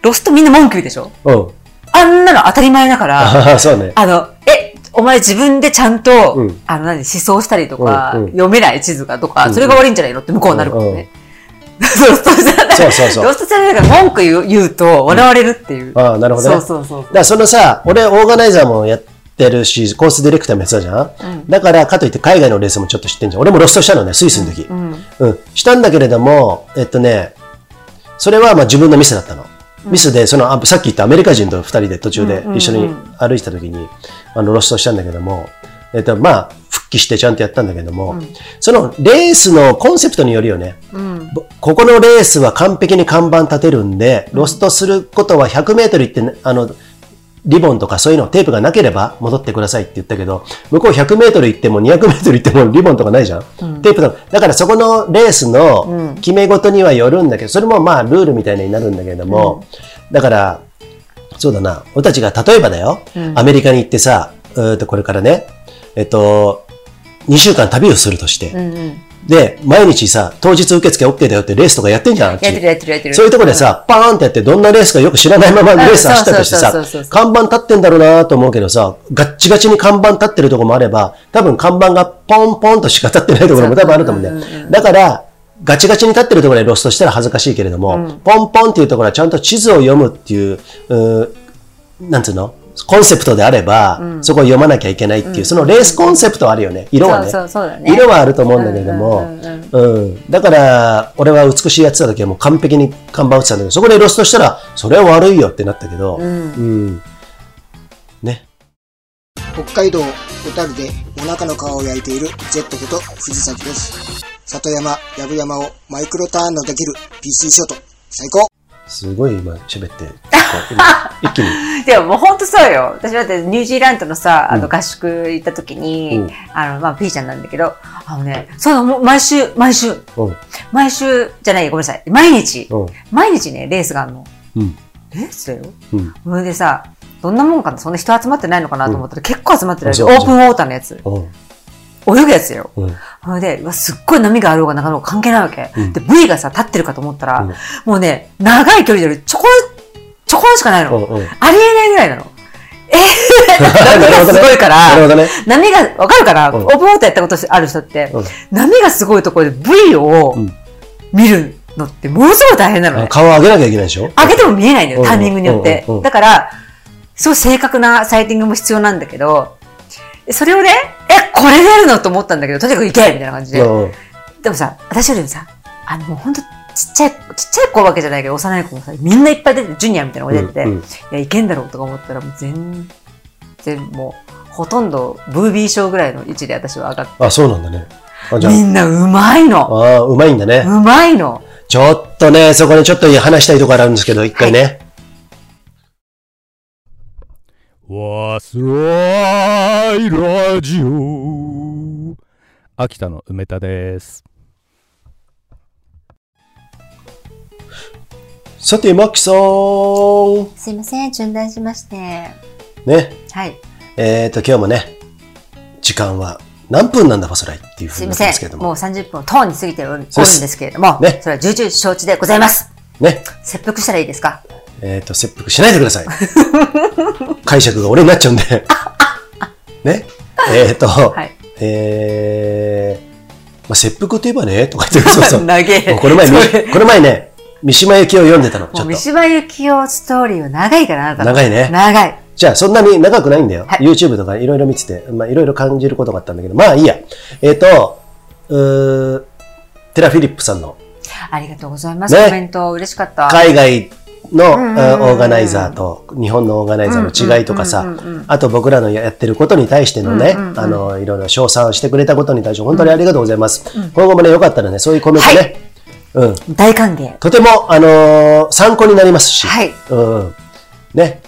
[SPEAKER 1] ロストみんな文句言うでしょ
[SPEAKER 2] うん。
[SPEAKER 1] あんなの当たり前だ から、
[SPEAKER 2] ああ、そうね。
[SPEAKER 1] あの、え、お前自分でちゃんと、
[SPEAKER 2] うん
[SPEAKER 1] あの、何、思想したりとか、
[SPEAKER 2] うんうん
[SPEAKER 1] 読めない地図がとか、
[SPEAKER 2] うん
[SPEAKER 1] それが悪いんじゃないのって向こうになるからね。ロストじゃない。
[SPEAKER 2] そうそうそう
[SPEAKER 1] ロストじゃないから文句言う言うと笑われるっていう。
[SPEAKER 2] ああ、なるほどね。
[SPEAKER 1] そうそうそう
[SPEAKER 2] だ。からそのさ、俺、オーガナイザーもやってるし、コースディレクターもやってたじゃん、だから、かといって海外のレースもちょっと知ってんじゃん。俺もロストしたのね、スイスの時。うん。したんだけれども、えっとね、それはまあ自分のミスだったの。
[SPEAKER 1] うん
[SPEAKER 2] ミスで、その、あさっき言ったアメリカ人と二人で途中
[SPEAKER 1] うん
[SPEAKER 2] で
[SPEAKER 1] うんうん
[SPEAKER 2] 一緒に歩いてた時に、あの、ロストしたんだけども、えっと、まあ、復帰してちゃんとやったんだけども、
[SPEAKER 1] うん
[SPEAKER 2] そのレースのコンセプトによるよね。
[SPEAKER 1] うん。
[SPEAKER 2] ぼここのレースは完璧に看板立てるんで、ロストすることは100メートル行ってね、あの、リボンとかそういうのテープがなければ戻ってくださいって言ったけど、向こう100メートル行っても200メートル行ってもリボンとかないじゃん、
[SPEAKER 1] うん
[SPEAKER 2] テープとか。だからそこのレース
[SPEAKER 1] うん
[SPEAKER 2] の決め事にはよるんだけど、それもまあルールみたいになるんだけれども、だから、そうだな、俺たちが例えばだよ、
[SPEAKER 1] うん
[SPEAKER 2] アメリカに行ってさ、うーんとこれからね、えっと、2週間旅をするとして、
[SPEAKER 1] うんうん。
[SPEAKER 2] で、毎日さ、当日受付 OK だよってレースとかやってんじゃん、あっち
[SPEAKER 1] やってるやってるやってる。
[SPEAKER 2] そういうところでさ、パーンってやって、どんなレースかよく知らないままレース走ったとして
[SPEAKER 1] そうそうそうそう
[SPEAKER 2] さ、看板立ってんだろうなと思うけどさ、ガッチガチに看板立ってるところもあれば、多分看板がポンポンとしか立ってないところも多分あると思うん
[SPEAKER 1] そう
[SPEAKER 2] だ
[SPEAKER 1] うんうんう
[SPEAKER 2] よ。だから、ガチガチに立ってるところでロストしたら恥ずかしいけれども、ポンポンっていうところはちゃんと地図を読むっていう、うーなんつうのコンセプトであれば、そこを読まなきゃいけないっていう、そのレースコンセプトはあるよね。色はね。
[SPEAKER 1] そうそうそうだね
[SPEAKER 2] 色はあると思うんだけども、
[SPEAKER 1] うんうん
[SPEAKER 2] うんだから、俺は美しいやってた時はもう完璧に看板打ってたんだけど、そこでロストしたら、それは悪いよってなったけど、
[SPEAKER 1] うん
[SPEAKER 2] うんね。
[SPEAKER 3] 北海道小樽でお腹の皮を焼いている Z こと藤崎です。里山、やぶ山をマイクロターンのできる PC ショット、最高
[SPEAKER 2] すごい今喋って、こ う今一気に。
[SPEAKER 1] でももう本当そうよ。私だってニュージーランドのさ、あの合宿行った時に、
[SPEAKER 2] うん
[SPEAKER 1] あの、まあ、ピーちゃんなんだけど、あのね、そうだ、もう毎週、毎週、
[SPEAKER 2] うん
[SPEAKER 1] 毎週じゃない、ごめんなさい。毎日、
[SPEAKER 2] うん
[SPEAKER 1] 毎日ね、レースがあるの。
[SPEAKER 2] うん
[SPEAKER 1] レースだよ。
[SPEAKER 2] うん
[SPEAKER 1] それでさ、どんなもんかなそんな人集まってないのかなと思ったら、結構集まってるわけ
[SPEAKER 2] そ
[SPEAKER 1] オ
[SPEAKER 2] うそ
[SPEAKER 1] ー
[SPEAKER 2] う
[SPEAKER 1] プンウォーターのやつ。
[SPEAKER 2] うん
[SPEAKER 1] 泳ぐやつだよ。
[SPEAKER 2] うん
[SPEAKER 1] それで、うわ、すっごい波があろうがなかろうが関係ないわけ。
[SPEAKER 2] うん
[SPEAKER 1] で、V がさ、立ってるかと思ったら、
[SPEAKER 2] うん
[SPEAKER 1] もうね、長い距離よりちょこん、ちょこんしかないの。
[SPEAKER 2] うんうん
[SPEAKER 1] ありえないぐらいなの。
[SPEAKER 2] な
[SPEAKER 1] 波が
[SPEAKER 2] るほど
[SPEAKER 1] す
[SPEAKER 2] ね
[SPEAKER 1] ごいか
[SPEAKER 2] なる
[SPEAKER 1] ら、
[SPEAKER 2] ほどね。
[SPEAKER 1] 波が、わかるかな、
[SPEAKER 2] うん
[SPEAKER 1] オープンウォーターやったことある人って、
[SPEAKER 2] うん
[SPEAKER 1] 波がすごいところで V を
[SPEAKER 2] うん
[SPEAKER 1] 見るのってものすごい大変なの
[SPEAKER 2] あ
[SPEAKER 1] ね。
[SPEAKER 2] 顔上げなきゃいけないでしょ
[SPEAKER 1] 上げても見えないの
[SPEAKER 2] う
[SPEAKER 1] よ、
[SPEAKER 2] ん
[SPEAKER 1] タイミングによって
[SPEAKER 2] うんうんうん。
[SPEAKER 1] だから、すごい正確なサイティングも必要なんだけど、それをね、え、これでやるのと思ったんだけど、とにかく行けみたいな感じで。
[SPEAKER 2] うんうん
[SPEAKER 1] でもさ、私よりもさ、あの、もうほんとちっちゃい、ちっちゃい子わけじゃないけど、幼い子もさ、みんないっぱい出てて、ジュニアみたいなのが出てて、
[SPEAKER 2] うんうん
[SPEAKER 1] いや、いけんだろうとか思ったら、もう全然もう、ほとんどブービー賞ぐらいの位置で私は上がっ
[SPEAKER 2] あ、そうなんだね。あじ
[SPEAKER 1] て、
[SPEAKER 2] ゃ
[SPEAKER 1] みんなうまいの
[SPEAKER 2] あ、あーうまいんだね。
[SPEAKER 1] うまいの
[SPEAKER 2] ちょっとね、そこにちょっと話したいところあるんですけど、一回ね。
[SPEAKER 4] わすらいラジオ秋田の梅田です
[SPEAKER 2] さて、マキさん。
[SPEAKER 1] すいません、順断しまして。
[SPEAKER 2] ね。
[SPEAKER 1] はい。
[SPEAKER 2] えっ、と、今日もね、時間は何分なんだ、ファスライっていうふう
[SPEAKER 1] す
[SPEAKER 2] に
[SPEAKER 1] い
[SPEAKER 2] な
[SPEAKER 1] ま
[SPEAKER 2] って
[SPEAKER 1] せ
[SPEAKER 2] ますけれ
[SPEAKER 1] ん。
[SPEAKER 2] ど
[SPEAKER 1] もう
[SPEAKER 2] も。
[SPEAKER 1] 30分をとうに過ぎておるんで
[SPEAKER 2] そうです
[SPEAKER 1] すけれども、
[SPEAKER 2] ね
[SPEAKER 1] それは重々承知でございます。
[SPEAKER 2] ね。
[SPEAKER 1] 切腹したらいいですか
[SPEAKER 2] えっ、と、切腹しないでください。解釈が俺になっちゃうんで。ね。えっ、と、
[SPEAKER 1] はい。
[SPEAKER 2] えー、まあ、切腹といえばね、とか言って、そ うそう。も
[SPEAKER 1] 投げ
[SPEAKER 2] うこの前、み
[SPEAKER 1] それ
[SPEAKER 2] この前ね、三島由紀夫読んでたの、ち
[SPEAKER 1] も
[SPEAKER 2] ょ
[SPEAKER 1] う
[SPEAKER 2] っ
[SPEAKER 1] 三
[SPEAKER 2] と。
[SPEAKER 1] 島由紀夫ストーリーは長いから、あなたの
[SPEAKER 2] 長いね
[SPEAKER 1] 長い。
[SPEAKER 2] じゃあ、そんなに長くないんだよ。
[SPEAKER 1] はい
[SPEAKER 2] YouTube とかいろいろ見てて、まあ、いろいろ感じることがあったんだけど、まあいいや。えっ、と、うーテラフィリップさんの
[SPEAKER 1] ありがとうございます。
[SPEAKER 2] ね
[SPEAKER 1] コメント嬉しかった。
[SPEAKER 2] 海外の
[SPEAKER 1] んうんうん
[SPEAKER 2] あオーガナイザーと日本のオーガナイザーの違いとか
[SPEAKER 1] うん
[SPEAKER 2] さ
[SPEAKER 1] うんうんうんうん、
[SPEAKER 2] あと僕らのやってることに対してのね、
[SPEAKER 1] うんうんうん
[SPEAKER 2] あの、いろいろ称賛してくれたことに対して本当にありがとうございます。今後もね、よかったらね、そういうコメントね、うん、
[SPEAKER 1] 大歓迎。
[SPEAKER 2] とても、あのー参考になりますし、
[SPEAKER 1] はい
[SPEAKER 2] うん、ね、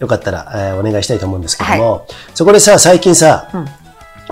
[SPEAKER 2] よかったら、えーお願いしたいと思うんですけども、そこでさ、最近さ、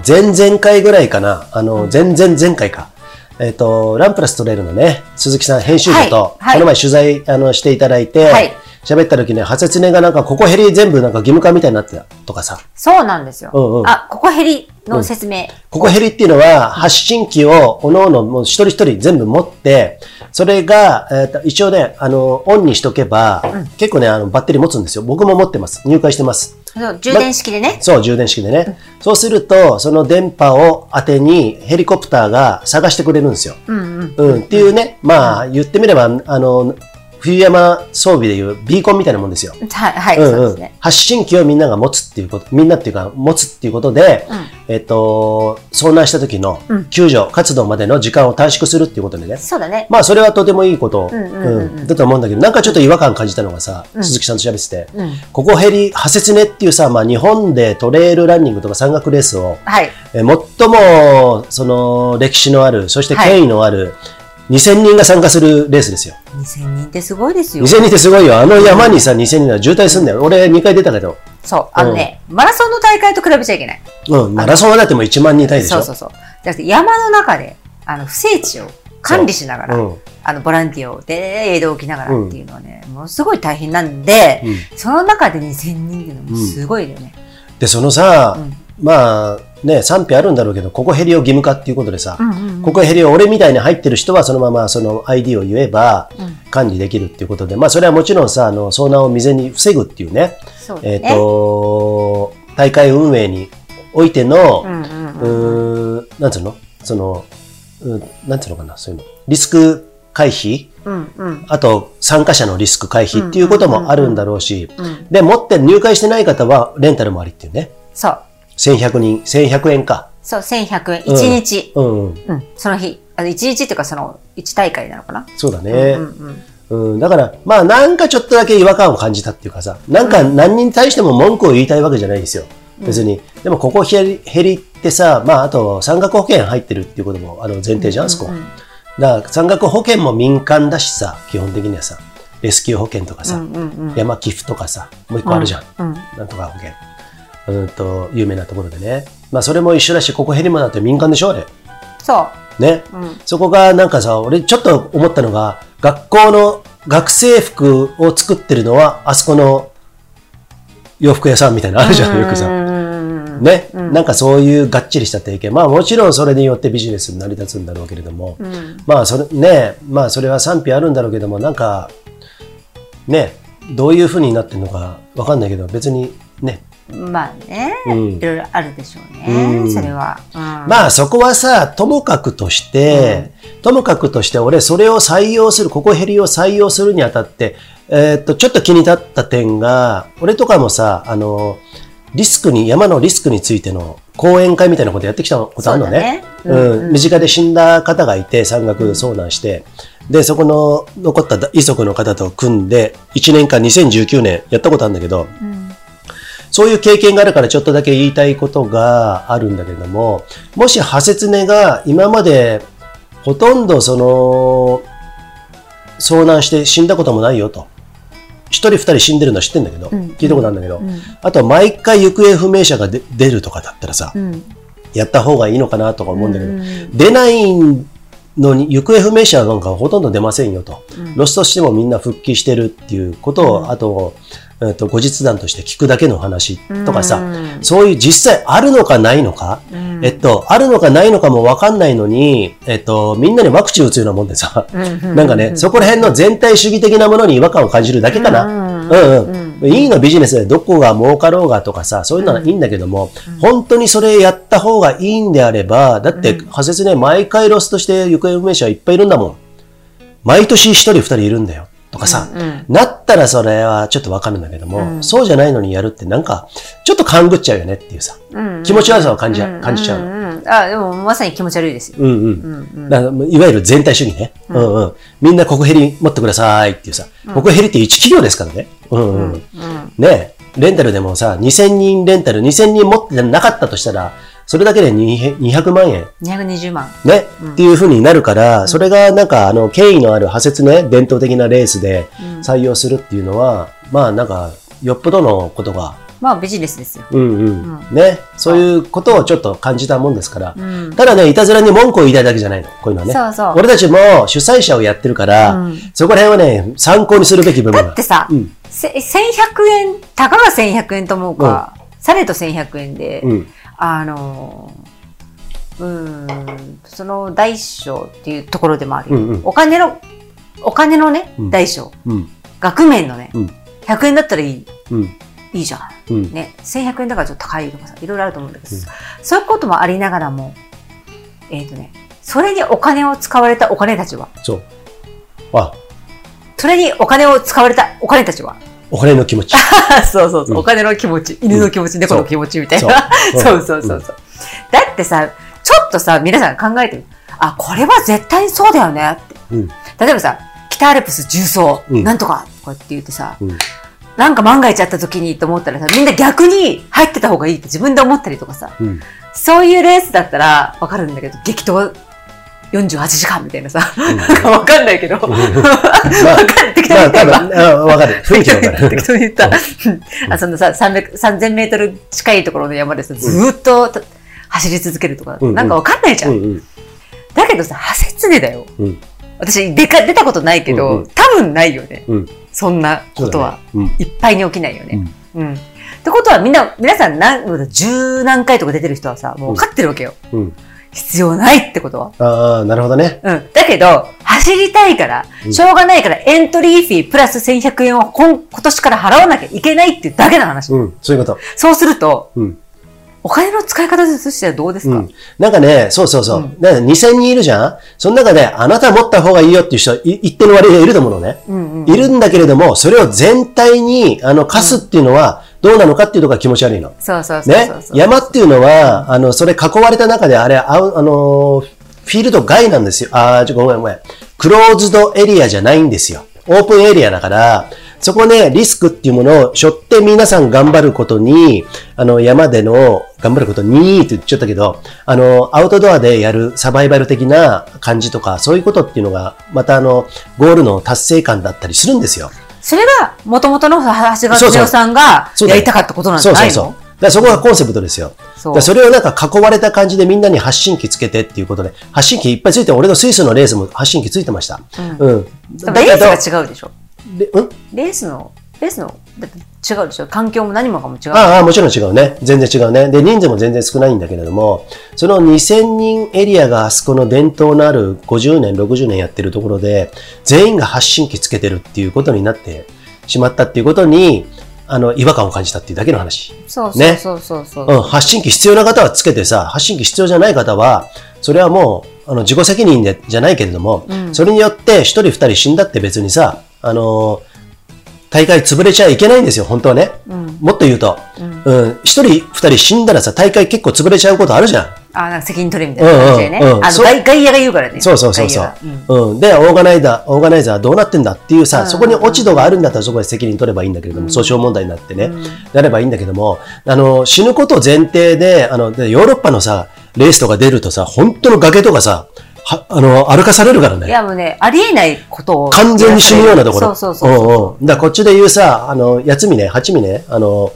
[SPEAKER 2] 前々回ぐらいかな、あの、前々前回か、えっ、と、ランプラストレールのね、鈴木さん編集部と、
[SPEAKER 1] はいはい
[SPEAKER 2] この前取材あのしていただいて、
[SPEAKER 1] はい
[SPEAKER 2] 喋った時ね、初音がなんか、ここ減り全部なんか義務化みたいになってたとかさ、
[SPEAKER 1] そうなんですよ。
[SPEAKER 2] うんうん
[SPEAKER 1] あ、ここヘリの説明。
[SPEAKER 2] ここ減りっていうのは、発信機を、おのおの、もう一人一人全部持って、それが、えーと一応ね、あの、オンにしとけば、結構ね、あの、バッテリー持つんですよ。僕も持ってます。入会してます。
[SPEAKER 1] そう充電式でね。
[SPEAKER 2] そう、充電式でね。そうすると、その電波を当てに、ヘリコプターが探してくれるんですよ。
[SPEAKER 1] うんうん。
[SPEAKER 2] うん、っていうね、まあ、言ってみれば、あの、不思冬山装備でいうビーコンみたいなもんですよ。
[SPEAKER 1] はい、はい、
[SPEAKER 2] うん
[SPEAKER 1] そう
[SPEAKER 2] う
[SPEAKER 1] で
[SPEAKER 2] ん
[SPEAKER 1] すね。
[SPEAKER 2] 発信機をみんなが持つっていうこと、みんなっていうか持つっていうことで、えっと、遭難した時の
[SPEAKER 1] うん
[SPEAKER 2] 救助活動までの時間を短縮するっていうことでね
[SPEAKER 1] うん。。そうだね。
[SPEAKER 2] まあ、それはとてもいいこと、
[SPEAKER 1] うんうんうんうん
[SPEAKER 2] うんだと思うんだけど、なんかちょっと違和感感じたのがさ、
[SPEAKER 1] うん
[SPEAKER 2] 鈴木さんと喋ってて、
[SPEAKER 1] うん。
[SPEAKER 2] ここヘリ、ハセツネっていうさ、まあ、日本でトレイルランニングとか山岳レースを、
[SPEAKER 1] はい。
[SPEAKER 2] えー最も、その、歴史のある、そして
[SPEAKER 1] はい
[SPEAKER 2] 権威のある、2000人が参加するレースですよ。
[SPEAKER 1] 2000人ってすごいですよ。
[SPEAKER 2] 2000人ってすごいよ。あの山にさ、2000人は渋滞すんだよ。俺2回出たけど。
[SPEAKER 1] そう。あのね、マラソンの大会と比べちゃいけない。
[SPEAKER 2] うん、マラソンはだってもう1万人単位でし
[SPEAKER 1] そ
[SPEAKER 2] ょ。
[SPEAKER 1] うそうそう。じゃなくて山の中で、あの、不整地を管理しながら、
[SPEAKER 2] うん
[SPEAKER 1] あの、ボランティアをで移動きながらっていうのはね、ものすごい大変なんで、
[SPEAKER 2] うん
[SPEAKER 1] その中で2000人っていうのもすごいよね。
[SPEAKER 2] で、そのさ、
[SPEAKER 1] うん
[SPEAKER 2] まあ、ね、賛否あるんだろうけど、ここヘリを義務化っていうことでさ、
[SPEAKER 1] うんうん
[SPEAKER 2] ここヘリを俺みたいに入ってる人はそのままその ID を言えば
[SPEAKER 1] うん
[SPEAKER 2] 管理できるっていうことで、まあそれはもちろんさ、あの、遭難を未然に防ぐっていうね、
[SPEAKER 1] そうで
[SPEAKER 2] えっ、
[SPEAKER 1] すね。
[SPEAKER 2] と、大会運営においての、
[SPEAKER 1] うんうんうん
[SPEAKER 2] うーん、なんつうのその、うん、なんつうのかなそういうの。リスク回避
[SPEAKER 1] うんうん
[SPEAKER 2] あと、参加者のリスク回避っていうこともあるんだろうし、
[SPEAKER 1] うん。
[SPEAKER 2] で、持って入会してない方は、レンタルもありっていうね。
[SPEAKER 1] そう。
[SPEAKER 2] 1100人、1100円か。
[SPEAKER 1] そう、1100円。
[SPEAKER 2] うん
[SPEAKER 1] 1日。
[SPEAKER 2] うん、うん、
[SPEAKER 1] うん。その日。あの、1日っていうかその、1大会なのかな。
[SPEAKER 2] そうだね
[SPEAKER 1] う。んうんうん。
[SPEAKER 2] うん、だから、まあ、なんかちょっとだけ違和感を感じたっていうかさ、なんか何人に対しても文句を言いたいわけじゃないですよ。別に。でも、ここヘリヘリってさ、まあ、あと、山岳保険入ってるっていうことも、あの、前提じゃん、そこ。だから山岳保険も民間だしさ基本的にはさレスキュー保険とかさ、
[SPEAKER 1] うんうんうん。
[SPEAKER 2] 山寄付とかさもう一個あるじゃん、
[SPEAKER 1] うん。
[SPEAKER 2] なんとか保険うんと有名なところでねまあそれも一緒だしここヘリもだって民間でしょあれ
[SPEAKER 1] そ
[SPEAKER 2] ね
[SPEAKER 1] う。うん。
[SPEAKER 2] そこがなんかさ俺ちょっと思ったのが学校の学生服を作ってるのはあそこの洋服屋さんみたいなのあるじゃんよくさ、
[SPEAKER 1] うんうんうんうん。
[SPEAKER 2] ね、
[SPEAKER 1] うん
[SPEAKER 2] なんかそういうがっちりした提携、まあもちろんそれによってビジネスに成り立つんだろうけれども、
[SPEAKER 1] ん
[SPEAKER 2] まあそれね、まあそれは賛否あるんだろうけども、なんか、ね、どういうふうになってるのかわかんないけど、別にね、
[SPEAKER 1] まあね、
[SPEAKER 2] うん
[SPEAKER 1] いろいろあるでしょう
[SPEAKER 2] う
[SPEAKER 1] ね、
[SPEAKER 2] ん
[SPEAKER 1] それは。うん
[SPEAKER 2] まあそこはさ、ともかくとして、ともかくとして俺それを採用する、ここヘリを採用するにあたって、えーっと、ちょっと気に立った点が、俺とかもさ、あの、リスクに、山のリスクについての講演会みたいなことやってきたことあるのね。
[SPEAKER 1] そうだねうん
[SPEAKER 2] うん身近で死んだ方がいて、山岳遭難して、で、そこの残った遺族の方と組んで、1年間2019年やったことあるんだけど、そういう経験があるからちょっとだけ言いたいことがあるんだけれども、もしハセツネが今までほとんどその、遭難して死んだこともないよと。一人二人死んでるのは知ってんだけど、
[SPEAKER 1] うん
[SPEAKER 2] 聞いたことあるんだけど、
[SPEAKER 1] うん
[SPEAKER 2] あと毎回行方不明者がで出るとかだったらさ、
[SPEAKER 1] うん
[SPEAKER 2] やった方がいいのかなとか思うんだけど、
[SPEAKER 1] うん
[SPEAKER 2] 出ないのに、行方不明者なんかほとんど出ませんよと。
[SPEAKER 1] うん
[SPEAKER 2] ロスとしてもみんな復帰してるっていうことを、
[SPEAKER 1] うん
[SPEAKER 2] あと、えっと、後日談として聞くだけの話とかさ、
[SPEAKER 1] うん
[SPEAKER 2] そういう実際あるのかないのか、
[SPEAKER 1] うん
[SPEAKER 2] えっと、あるのかないのかもわかんないのに、えっと、みんなにワクチン打つようなもんでさ、なんかね、そこら辺の全体主義的なものに違和感を感じるだけかな。
[SPEAKER 1] うん
[SPEAKER 2] うんうん。いいのビジネスでどこが儲かろうがとかさ、そういうのはいいんだけども、本当にそれやった方がいいんであれば、だって、派説ね、毎回ロスとして行方不明者いっぱいいるんだもん。毎年一人二人いるんだよ。とかさ、なったらそれはちょっとわかるんだけども、そうじゃないのにやるってなんか、ちょっと勘ぐっちゃうよねっていうさ、
[SPEAKER 1] うん
[SPEAKER 2] 気持ち悪さを感じ,、感じちゃ
[SPEAKER 1] う
[SPEAKER 2] う。
[SPEAKER 1] んうんあ、でもまさに気持ち悪いですよ。
[SPEAKER 2] うんうん。だからいわゆる全体主義ね。うんうん。みんな国ヘリ持ってくださいっていうさ。国ヘリって1企業ですからね。うんうん。ねえレンタルでもさ、2000人レンタル、2000人持ってなかったとしたら、それだけで200 200万円。
[SPEAKER 1] 220万。
[SPEAKER 2] ね、っていう風になるから、それがなんか、あの、権威のある派説ね、伝統的なレースで採用するっていうのは、まあなんか、よっぽどのことが、
[SPEAKER 1] まあビジネスですよ。
[SPEAKER 2] うんうん、ね、そういうことをちょっと感じたもんですから、
[SPEAKER 1] うん
[SPEAKER 2] ただね、いたずらに文句を言いたいだけじゃないの、こういうのはね。
[SPEAKER 1] そうそう
[SPEAKER 2] 俺たちも主催者をやってるから、
[SPEAKER 1] うん
[SPEAKER 2] そこら辺はね、参考にするべき部分
[SPEAKER 1] だっ
[SPEAKER 2] が
[SPEAKER 1] て。さ、
[SPEAKER 2] うん
[SPEAKER 1] せ1100円、たかが1100円と思うか、されと1100円で、
[SPEAKER 2] うん
[SPEAKER 1] あのー、うーん、その大小っていうところでもあるよ、
[SPEAKER 2] うんうん
[SPEAKER 1] お金の、お金のね、
[SPEAKER 2] うん
[SPEAKER 1] 大小、
[SPEAKER 2] うん、
[SPEAKER 1] 額面のね、
[SPEAKER 2] うん
[SPEAKER 1] 100円だったらいい、
[SPEAKER 2] うん、
[SPEAKER 1] いいじゃん。
[SPEAKER 2] うん。
[SPEAKER 1] ね、1100円だからちょっと高いとかさ、いろいろあると思うんだけど、そういうこともありながらも、えっ、とね、それにお金を使われたお金たちは、
[SPEAKER 2] そう。あ、
[SPEAKER 1] トそれにお金を使われたお金たちは。
[SPEAKER 2] お金の気持ち。
[SPEAKER 1] そうそうそう、
[SPEAKER 2] うん
[SPEAKER 1] お金の気持ち、犬の気持ち、猫の気持ちみたいな。
[SPEAKER 2] そう
[SPEAKER 1] そうそうそうそう。だってさ、ちょっとさ、皆さん考えてみあ、これは絶対にそうだよねって。
[SPEAKER 2] うん
[SPEAKER 1] 例えばさ、北アルプス重曹、
[SPEAKER 2] うん
[SPEAKER 1] なんとか、こうやって言ってさ、
[SPEAKER 2] うん
[SPEAKER 1] なんか万が一あった時にと思ったらさ、みんな逆に入ってた方がいいって自分で思ったりとかさ、
[SPEAKER 2] うん
[SPEAKER 1] そういうレースだったらわかるんだけど、激闘48時間みたいなさ、なんかわかんないけど、わかん
[SPEAKER 2] ん
[SPEAKER 1] ない、適当に言っ
[SPEAKER 2] まあ、
[SPEAKER 1] てれ
[SPEAKER 2] 多
[SPEAKER 1] ば
[SPEAKER 2] 分、あわかる。 雰囲気わか る
[SPEAKER 1] 適。当に言った。あそのさ、300 3000メートル近いところの山でさ、ずーっとた走り続けるとかだと、
[SPEAKER 2] うんうん
[SPEAKER 1] なんかわかんないじゃ。
[SPEAKER 2] うんんうん。
[SPEAKER 1] だけどさ、ハセツネだよ。
[SPEAKER 2] うん
[SPEAKER 1] 私出か、出たことないけど、
[SPEAKER 2] うんうん
[SPEAKER 1] 多分ないよね。
[SPEAKER 2] うん
[SPEAKER 1] そんな
[SPEAKER 2] そ
[SPEAKER 1] こ
[SPEAKER 2] う
[SPEAKER 1] と
[SPEAKER 2] だ
[SPEAKER 1] は
[SPEAKER 2] ね。うん。
[SPEAKER 1] いっぱいに起きないよね。うん。ってことはみんな、皆さん何、十何回とか出てる人はさ、もう分かってるわけよ。
[SPEAKER 2] うん
[SPEAKER 1] 必要ないってことは。
[SPEAKER 2] ああ、なるほどね。
[SPEAKER 1] うん。だけど、走りたいから、
[SPEAKER 2] うん
[SPEAKER 1] しょうがないから、エントリーフィープラス1100円を今今年から払わなきゃいけないっていうだけの話。
[SPEAKER 2] うん。そういうこと。
[SPEAKER 1] そうすると、
[SPEAKER 2] うん
[SPEAKER 1] お金の使い方としてはどうですか、
[SPEAKER 2] うん。なんかね、そうそうそうう。だから2000人いるじゃんその中で、あなた持った方がいいよっていう人、い一定の割合いると思うのね。
[SPEAKER 1] うんうん
[SPEAKER 2] いるんだけれども、それを全体に、あの、貸すっていうのは、どうなのかっていうところが気持ち悪いの。
[SPEAKER 1] そうそうそう
[SPEAKER 2] ね
[SPEAKER 1] そうそう。
[SPEAKER 2] 山っていうのは、あの、それ囲われた中で、あれ、あうあのー、フィールド外なんですよ。あーちょ、ごめんごめん。クローズドエリアじゃないんですよ。オープンエリアだから、そこね、リスクっていうものを背負って皆さん頑張ることに、あの、山での、頑張ることにって言っちゃったけど、あの、アウトドアでやるサバイバル的な感じとか、そういうことっていうのが、またあの、ゴールの達成感だったりするんですよ。
[SPEAKER 1] それが、もともとの橋川
[SPEAKER 2] そうそう
[SPEAKER 1] 強さんが
[SPEAKER 2] そうだ
[SPEAKER 1] や
[SPEAKER 2] よ
[SPEAKER 1] りたかったことなんじ
[SPEAKER 2] そ
[SPEAKER 1] ゃ
[SPEAKER 2] う
[SPEAKER 1] ない
[SPEAKER 2] そ
[SPEAKER 1] うの
[SPEAKER 2] そう。だからそこがコンセプトですよ。
[SPEAKER 1] そ
[SPEAKER 2] だからそれをなんか囲われた感じでみんなに発信機つけてっていうことで、発信機いっぱいついて、俺のスイスのレースも発信機ついてました。
[SPEAKER 1] うん
[SPEAKER 2] うん。
[SPEAKER 1] でもレースが違うでしょ
[SPEAKER 2] でうん
[SPEAKER 1] レースの、レースの、だって違うでしょ環境も何もかも違う。
[SPEAKER 2] ああ、もちろん違うね。全然違うね。で、人数も全然少ないんだけれども、その2000人エリアがあそこの伝統のある50年、60年やってるところで、全員が発信機つけてるっていうことになってしまったっていうことに、あの、違和感を感じたっていうだけの話。
[SPEAKER 1] そうそう
[SPEAKER 2] ね
[SPEAKER 1] そうそうそう。
[SPEAKER 2] うん、発信機必要な方はつけてさ、発信機必要じゃない方は、それはもう、あの、自己責任で、じゃないけれども、
[SPEAKER 1] うん
[SPEAKER 2] それによって一人二人死んだって別にさ、あのー大会潰れちゃいけないんですよ、本当はね。
[SPEAKER 1] うん
[SPEAKER 2] もっと言うと、
[SPEAKER 1] うん
[SPEAKER 2] うん、一人二人死んだらさ、大会結構潰れちゃうことあるじゃん。
[SPEAKER 1] あ、なんか責任取れみたいな感じでね。
[SPEAKER 2] うんうんうん
[SPEAKER 1] あの
[SPEAKER 2] そう
[SPEAKER 1] 外、外野が言うからね。
[SPEAKER 2] そうそうそうそ
[SPEAKER 1] 外野がん
[SPEAKER 2] う、うんでオーガナイザーオーガナイザーはどうなってんだっていうさ、
[SPEAKER 1] うん
[SPEAKER 2] そこに落ち度があるんだったらそこで責任取ればいいんだけれども、訴訟問題になってね、なればいいんだけどもあの死ぬことを前提であのでヨーロッパのさレースとか出るとさ本当の崖とかさはあの歩かされるから
[SPEAKER 1] い
[SPEAKER 2] ね
[SPEAKER 1] やもうね、ありえないことを。
[SPEAKER 2] 完全に死ぬようなところ
[SPEAKER 1] そうそうそうそう。
[SPEAKER 2] んうん、だからこっちで言うさあの八つ峰八峰あの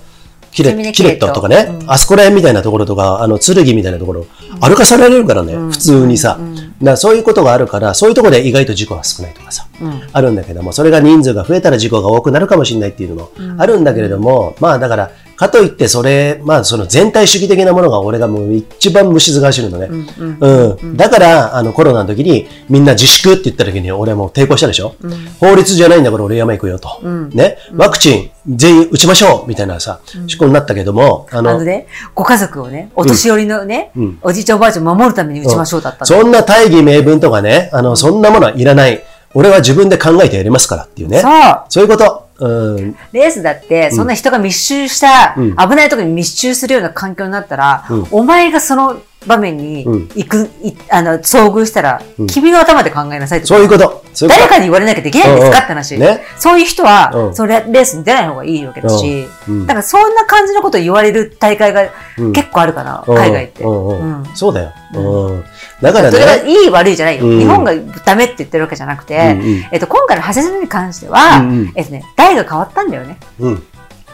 [SPEAKER 2] キレ
[SPEAKER 1] 八峰
[SPEAKER 2] キレットとかね、
[SPEAKER 1] キレットうん
[SPEAKER 2] あそこら辺みたいなところとかあの剣みたいなところ歩かされるからね、
[SPEAKER 1] うん
[SPEAKER 2] 普通にさ、
[SPEAKER 1] うん
[SPEAKER 2] だからそういうことがあるからそういうところで意外と事故が少ないとかさ、
[SPEAKER 1] うん
[SPEAKER 2] あるんだけどもそれが人数が増えたら事故が多くなるかもしれないっていうのもあるんだけれども、まあだからかといってそれまあその全体主義的なものが俺がもう一番虫ずが走るのね、
[SPEAKER 1] うんうん
[SPEAKER 2] うんだから、あの、コロナの時に、みんな自粛って言った時に、俺はもう抵抗したでしょ、法律じゃないんだから俺山行くよと。ね。ワクチン全員打ちましょうみたいなさ、思考になったけども、あ
[SPEAKER 1] あのね、ご家族をね、お年寄りのね、
[SPEAKER 2] うん
[SPEAKER 1] おじいちゃんおばあちゃんを守るために打ちましょうだったの
[SPEAKER 2] そんな大義名分とかね、あの、そんなものはいらない。俺は自分で考えてやりますからっていうね。
[SPEAKER 1] そう
[SPEAKER 2] そういうこと。うん。
[SPEAKER 1] レースだって、そんな人が密集した、
[SPEAKER 2] うん
[SPEAKER 1] 危ないところに密集するような環境になったら、
[SPEAKER 2] うん
[SPEAKER 1] お前がその場面に
[SPEAKER 2] うん
[SPEAKER 1] 行く、いあの、遭遇したら、
[SPEAKER 2] うん
[SPEAKER 1] 君の頭で考えなさいって
[SPEAKER 2] そういうこと。そういうこ
[SPEAKER 1] 誰
[SPEAKER 2] と
[SPEAKER 1] かに言われなきゃできないんですかって話。
[SPEAKER 2] うんうんね
[SPEAKER 1] そういう人は、
[SPEAKER 2] うん
[SPEAKER 1] それレースに出ない方がいいわけだし、
[SPEAKER 2] うんうん
[SPEAKER 1] だからそんな感じのことを言われる大会が
[SPEAKER 2] うん
[SPEAKER 1] 結構あるかな、
[SPEAKER 2] うん
[SPEAKER 1] 海外って。
[SPEAKER 2] うんう
[SPEAKER 1] う
[SPEAKER 2] ん
[SPEAKER 1] ん
[SPEAKER 2] そうだよ。うん。だから
[SPEAKER 1] それが
[SPEAKER 2] ね。
[SPEAKER 1] いい悪いじゃないよ、
[SPEAKER 2] うん
[SPEAKER 1] 日本がダメって言ってるわけじゃなくて、
[SPEAKER 2] うんうん
[SPEAKER 1] えっと、今回の長谷さんに関しては、
[SPEAKER 2] うんうん
[SPEAKER 1] えっとね、代が変わったんだよね。
[SPEAKER 2] うん。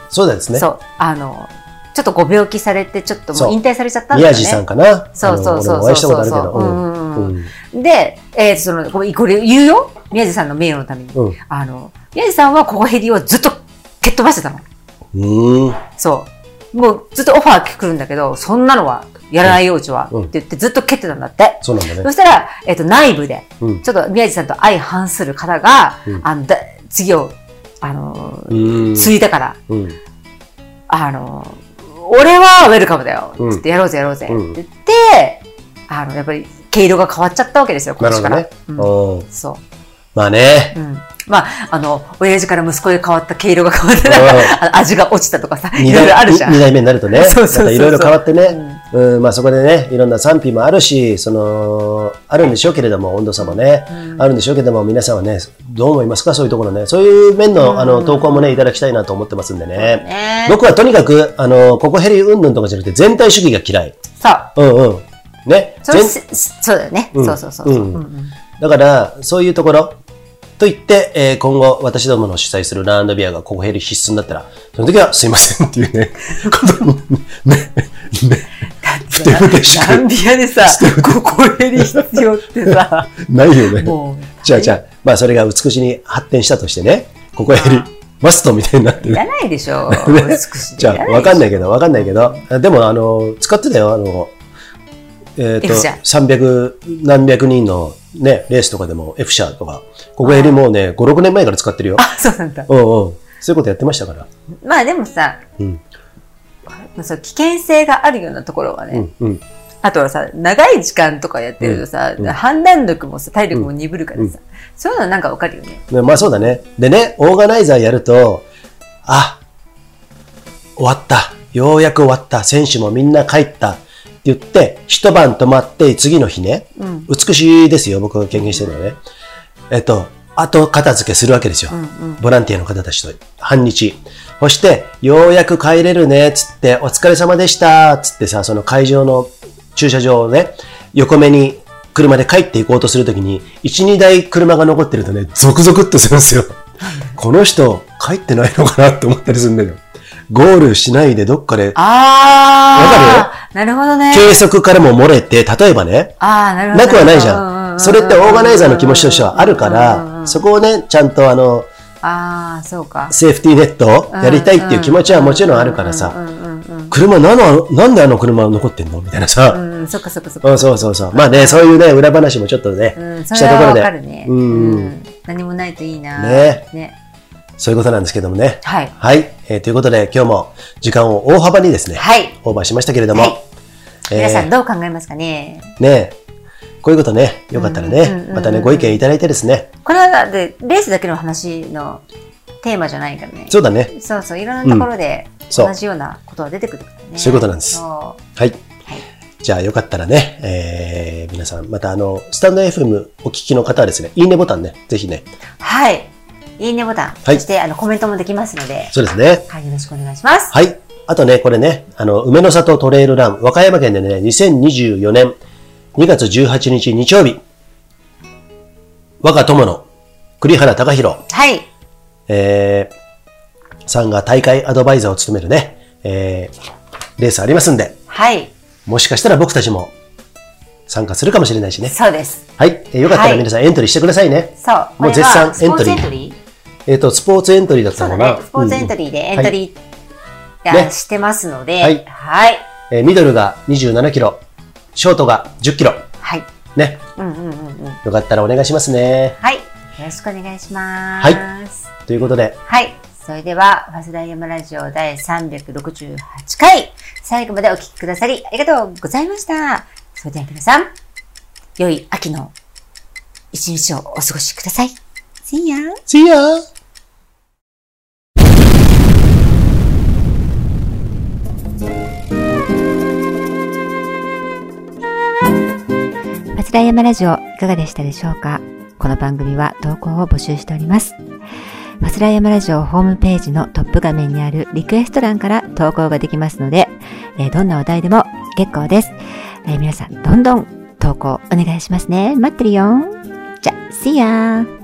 [SPEAKER 2] そうですね。
[SPEAKER 1] そう、あの、ちょっとご病気されて、ちょっとも
[SPEAKER 2] そう
[SPEAKER 1] う引退されちゃったんだよ
[SPEAKER 2] 宮
[SPEAKER 1] ね。
[SPEAKER 2] 地さんかな。
[SPEAKER 1] そうそうそう
[SPEAKER 2] あの俺もお会いしたことあるけど。
[SPEAKER 1] そうそうそう
[SPEAKER 2] うん
[SPEAKER 1] で、えーその、これこれ言うよ宮地さんの名誉のために。
[SPEAKER 2] うん
[SPEAKER 1] あの、宮地さんはここヘリをずっと蹴っ飛ばしてたの。
[SPEAKER 2] うん。うん。
[SPEAKER 1] そう。もうずっとオファー来るんだけど、そんなのはやらないようちは、
[SPEAKER 2] うん
[SPEAKER 1] って言ってずっと蹴ってたんだって。
[SPEAKER 2] そうなんだ
[SPEAKER 1] そ
[SPEAKER 2] ね。
[SPEAKER 1] したら、えっ、と、内部で、
[SPEAKER 2] うん
[SPEAKER 1] ちょっと宮地さんと相反する方が、
[SPEAKER 2] うん
[SPEAKER 1] あの、だ次を、あのー、
[SPEAKER 2] うん。
[SPEAKER 1] 継いだから、
[SPEAKER 2] うん。
[SPEAKER 1] あの、俺はウェルカムだよ。
[SPEAKER 2] うん
[SPEAKER 1] つってやろうぜやろうぜ。
[SPEAKER 2] うん
[SPEAKER 1] って言って、あの、やっぱり毛色が変わっちゃったわけですよ、今
[SPEAKER 2] なる
[SPEAKER 1] 年
[SPEAKER 2] ほど
[SPEAKER 1] から。うん
[SPEAKER 2] ね。うん。
[SPEAKER 1] そ
[SPEAKER 2] まあね。
[SPEAKER 1] う。うん。まあ、あの、親父から息子へ変わった、毛色が変わって、
[SPEAKER 2] う ん
[SPEAKER 1] あの味が落ちたとかさ、い
[SPEAKER 2] 二
[SPEAKER 1] ろいろあ
[SPEAKER 2] 代
[SPEAKER 1] るじゃん。
[SPEAKER 2] 二代目になるとね、
[SPEAKER 1] そうそうそうそう
[SPEAKER 2] またいろいろ変わってね、うんまあ、そこでね、いろんな賛否もあるし、そのあるんでしょうけれども、温度差もね、あるんでしょうけれども、皆さんはね、どう思いますか、そういうところね、そういう面の,、あの投稿もね、いただきたいなと思ってますんでね、
[SPEAKER 1] ね
[SPEAKER 2] 僕はとにかく、あのここ減りうんぬんとかじゃなくて、全体主義が嫌い。
[SPEAKER 1] そう。
[SPEAKER 2] うんうんね、
[SPEAKER 1] それ
[SPEAKER 2] 全
[SPEAKER 1] せそうだよね。
[SPEAKER 2] うん
[SPEAKER 1] そうそうそうそう。
[SPEAKER 2] うん
[SPEAKER 1] うんうん
[SPEAKER 2] だから、そういうところ、と言って、えー今後、私どもの主催するランドビアがここ減り必須になったら、その時はすいませんっていうね、こともね、ね、ね、ふてぶてし
[SPEAKER 1] ラン
[SPEAKER 2] く
[SPEAKER 1] ビアでさ、ここへり必要ってさ、
[SPEAKER 2] ないよね。
[SPEAKER 1] もう、
[SPEAKER 2] じゃあじゃあ、まあそれが美しに発展したとしてね、ここ減りマストみたいになって
[SPEAKER 1] い
[SPEAKER 2] ね。
[SPEAKER 1] らないでしょ。美しい。
[SPEAKER 2] じゃあ、わかんない
[SPEAKER 1] い
[SPEAKER 2] けど、わかんないけど、でも、あの、使ってたよ、あの、えっ、と
[SPEAKER 1] F 社、
[SPEAKER 2] 300何百人のね、レースとかでも F 社とか、ここ減りもうね、5、6年前から使ってるよ
[SPEAKER 1] で。しょ。あ、そうなんだ。
[SPEAKER 2] うんうん。そういうことやってましたから。
[SPEAKER 1] まあでもさ、
[SPEAKER 2] うん。
[SPEAKER 1] まあそう危険性があるようなところはね、
[SPEAKER 2] うんうん。
[SPEAKER 1] あとはさ、長い時間とかやってるとさ、
[SPEAKER 2] うんうん
[SPEAKER 1] 判断力もさ、体力も鈍るからさ、そういうのなんかわかるよね。
[SPEAKER 2] ねまあそうだね。でね、オーガナイザーやると、あ、終わった。ようやく終わった。選手もみんな帰った。って言って、一晩泊まって、次の日ね、
[SPEAKER 1] うん
[SPEAKER 2] 美しいですよ、僕が経験してるのはね。えっと、後片付けするわけですよ。
[SPEAKER 1] うんうん。
[SPEAKER 2] ボランティアの方たちと半日。そして、ようやく帰れるね、つって、お疲れ様でした、つってさ、その会場の駐車場をね、横目に車で帰っていこうとするときに、1、2台車が残ってるとね、ゾクゾクっとするんですよ。この人、帰ってないのかなって思ったりするんだよ。ゴールしないでどっかで、
[SPEAKER 1] あーなるほどね。
[SPEAKER 2] 計測からも漏れて、例えばね、
[SPEAKER 1] ああ、なるほど。
[SPEAKER 2] なくはないじ
[SPEAKER 1] うんうんうん
[SPEAKER 2] ゃ。
[SPEAKER 1] うんん
[SPEAKER 2] それってオーガナイザーの気持ちとしてはあるか
[SPEAKER 1] うんうんう
[SPEAKER 2] ら、
[SPEAKER 1] ん
[SPEAKER 2] そこをね、ちゃんとあの、
[SPEAKER 1] ああ、そうか。
[SPEAKER 2] セーフティーネットをやりたいっていう気持ちはもちろんあるから
[SPEAKER 1] う
[SPEAKER 2] さ、
[SPEAKER 1] んうんうん
[SPEAKER 2] 車なの、なんであの車残ってんのみたいな
[SPEAKER 1] う
[SPEAKER 2] さ。
[SPEAKER 1] ん。うん、そっかそっかそっ
[SPEAKER 2] う
[SPEAKER 1] か。
[SPEAKER 2] ん、そうそうそう。まあね、そういうね、裏話もちょっとね、
[SPEAKER 1] うん、そ
[SPEAKER 2] し
[SPEAKER 1] れ
[SPEAKER 2] たと
[SPEAKER 1] は
[SPEAKER 2] ころ
[SPEAKER 1] わ
[SPEAKER 2] で
[SPEAKER 1] かるね。
[SPEAKER 2] う
[SPEAKER 1] うんん。何もないといいな。
[SPEAKER 2] ね
[SPEAKER 1] ね。
[SPEAKER 2] そういうことなんですけどもね。
[SPEAKER 1] はい。
[SPEAKER 2] はい。えーということで、今日も時間を大幅にですね、
[SPEAKER 1] はい。
[SPEAKER 2] オーバーしましたけれど
[SPEAKER 1] はい
[SPEAKER 2] も、えー
[SPEAKER 1] 皆さんどう考えますかね。
[SPEAKER 2] ね、こういうことね、よかったら
[SPEAKER 1] うんうんうん
[SPEAKER 2] ね
[SPEAKER 1] う、ん
[SPEAKER 2] またね、ご意見いただいてですね、
[SPEAKER 1] これはだって、レースだけの話のテーマじゃないからね。
[SPEAKER 2] そうだね、
[SPEAKER 1] そうそう、いろんなところで
[SPEAKER 2] そう
[SPEAKER 1] 同じようなことが出てくるからね。
[SPEAKER 2] そういうことなんです
[SPEAKER 1] そ
[SPEAKER 2] はい。
[SPEAKER 1] はい
[SPEAKER 2] じゃあよかったらね、えー皆さん、またあの、スタンド FM お聞きの方はですね、いいねボタンね、ぜひね、
[SPEAKER 1] うはい。いいねボタン、
[SPEAKER 2] はい
[SPEAKER 1] そしてあのコメントもできますので、
[SPEAKER 2] そうですね、
[SPEAKER 1] はい、よろしくお願いします。
[SPEAKER 2] はい。あとね、これね、あの、梅の里トレイルラン、和歌山県でね、2024年2月18日日曜日、我が友の栗原隆弘、
[SPEAKER 1] はい。
[SPEAKER 2] えー、さんが大会アドバイザーを務めるね、えー、レースありますんで、
[SPEAKER 1] はい。
[SPEAKER 2] もしかしたら僕たちも参加するかもしれないしね。
[SPEAKER 1] そうです。
[SPEAKER 2] はい。えーよかったら
[SPEAKER 1] はい
[SPEAKER 2] 皆さんエントリーしてくださいね。
[SPEAKER 1] そう。これは
[SPEAKER 2] 絶賛
[SPEAKER 1] スポーツ
[SPEAKER 2] エ
[SPEAKER 1] エ
[SPEAKER 2] ン
[SPEAKER 1] ン
[SPEAKER 2] ト
[SPEAKER 1] トリー
[SPEAKER 2] えっ、と、スポーツエントリーだった
[SPEAKER 1] そう
[SPEAKER 2] の
[SPEAKER 1] だ
[SPEAKER 2] かな。
[SPEAKER 1] ね。スポーツエント
[SPEAKER 2] うん
[SPEAKER 1] リーでエントリー、
[SPEAKER 2] はいね
[SPEAKER 1] あしてますので、
[SPEAKER 2] はい
[SPEAKER 1] はい。
[SPEAKER 2] えーミドルが27キロ、ショートが10キロ。
[SPEAKER 1] はい。
[SPEAKER 2] ね。
[SPEAKER 1] うんうんうんうん。
[SPEAKER 2] よかったらお願いしますね。
[SPEAKER 1] はい。よろしくお願いします。
[SPEAKER 2] ということで、
[SPEAKER 1] はい。それでは、ファスダイヤマラジオ第368回、最後までお聞きくださり、ありがとうございました。それでは皆さん、良い秋の一日をお過ごしください。See ya!
[SPEAKER 2] See ya!
[SPEAKER 5] マツラヤマラジオいかがでしたでしょうかこの番組は投稿を募集しております。マツラヤマラジオホームページのトップ画面にあるリクエスト欄から投稿ができますので、えーどんなお題でも結構です。えー皆さんどんどん投稿お願いしますね。待ってるよ。じゃ、See ya!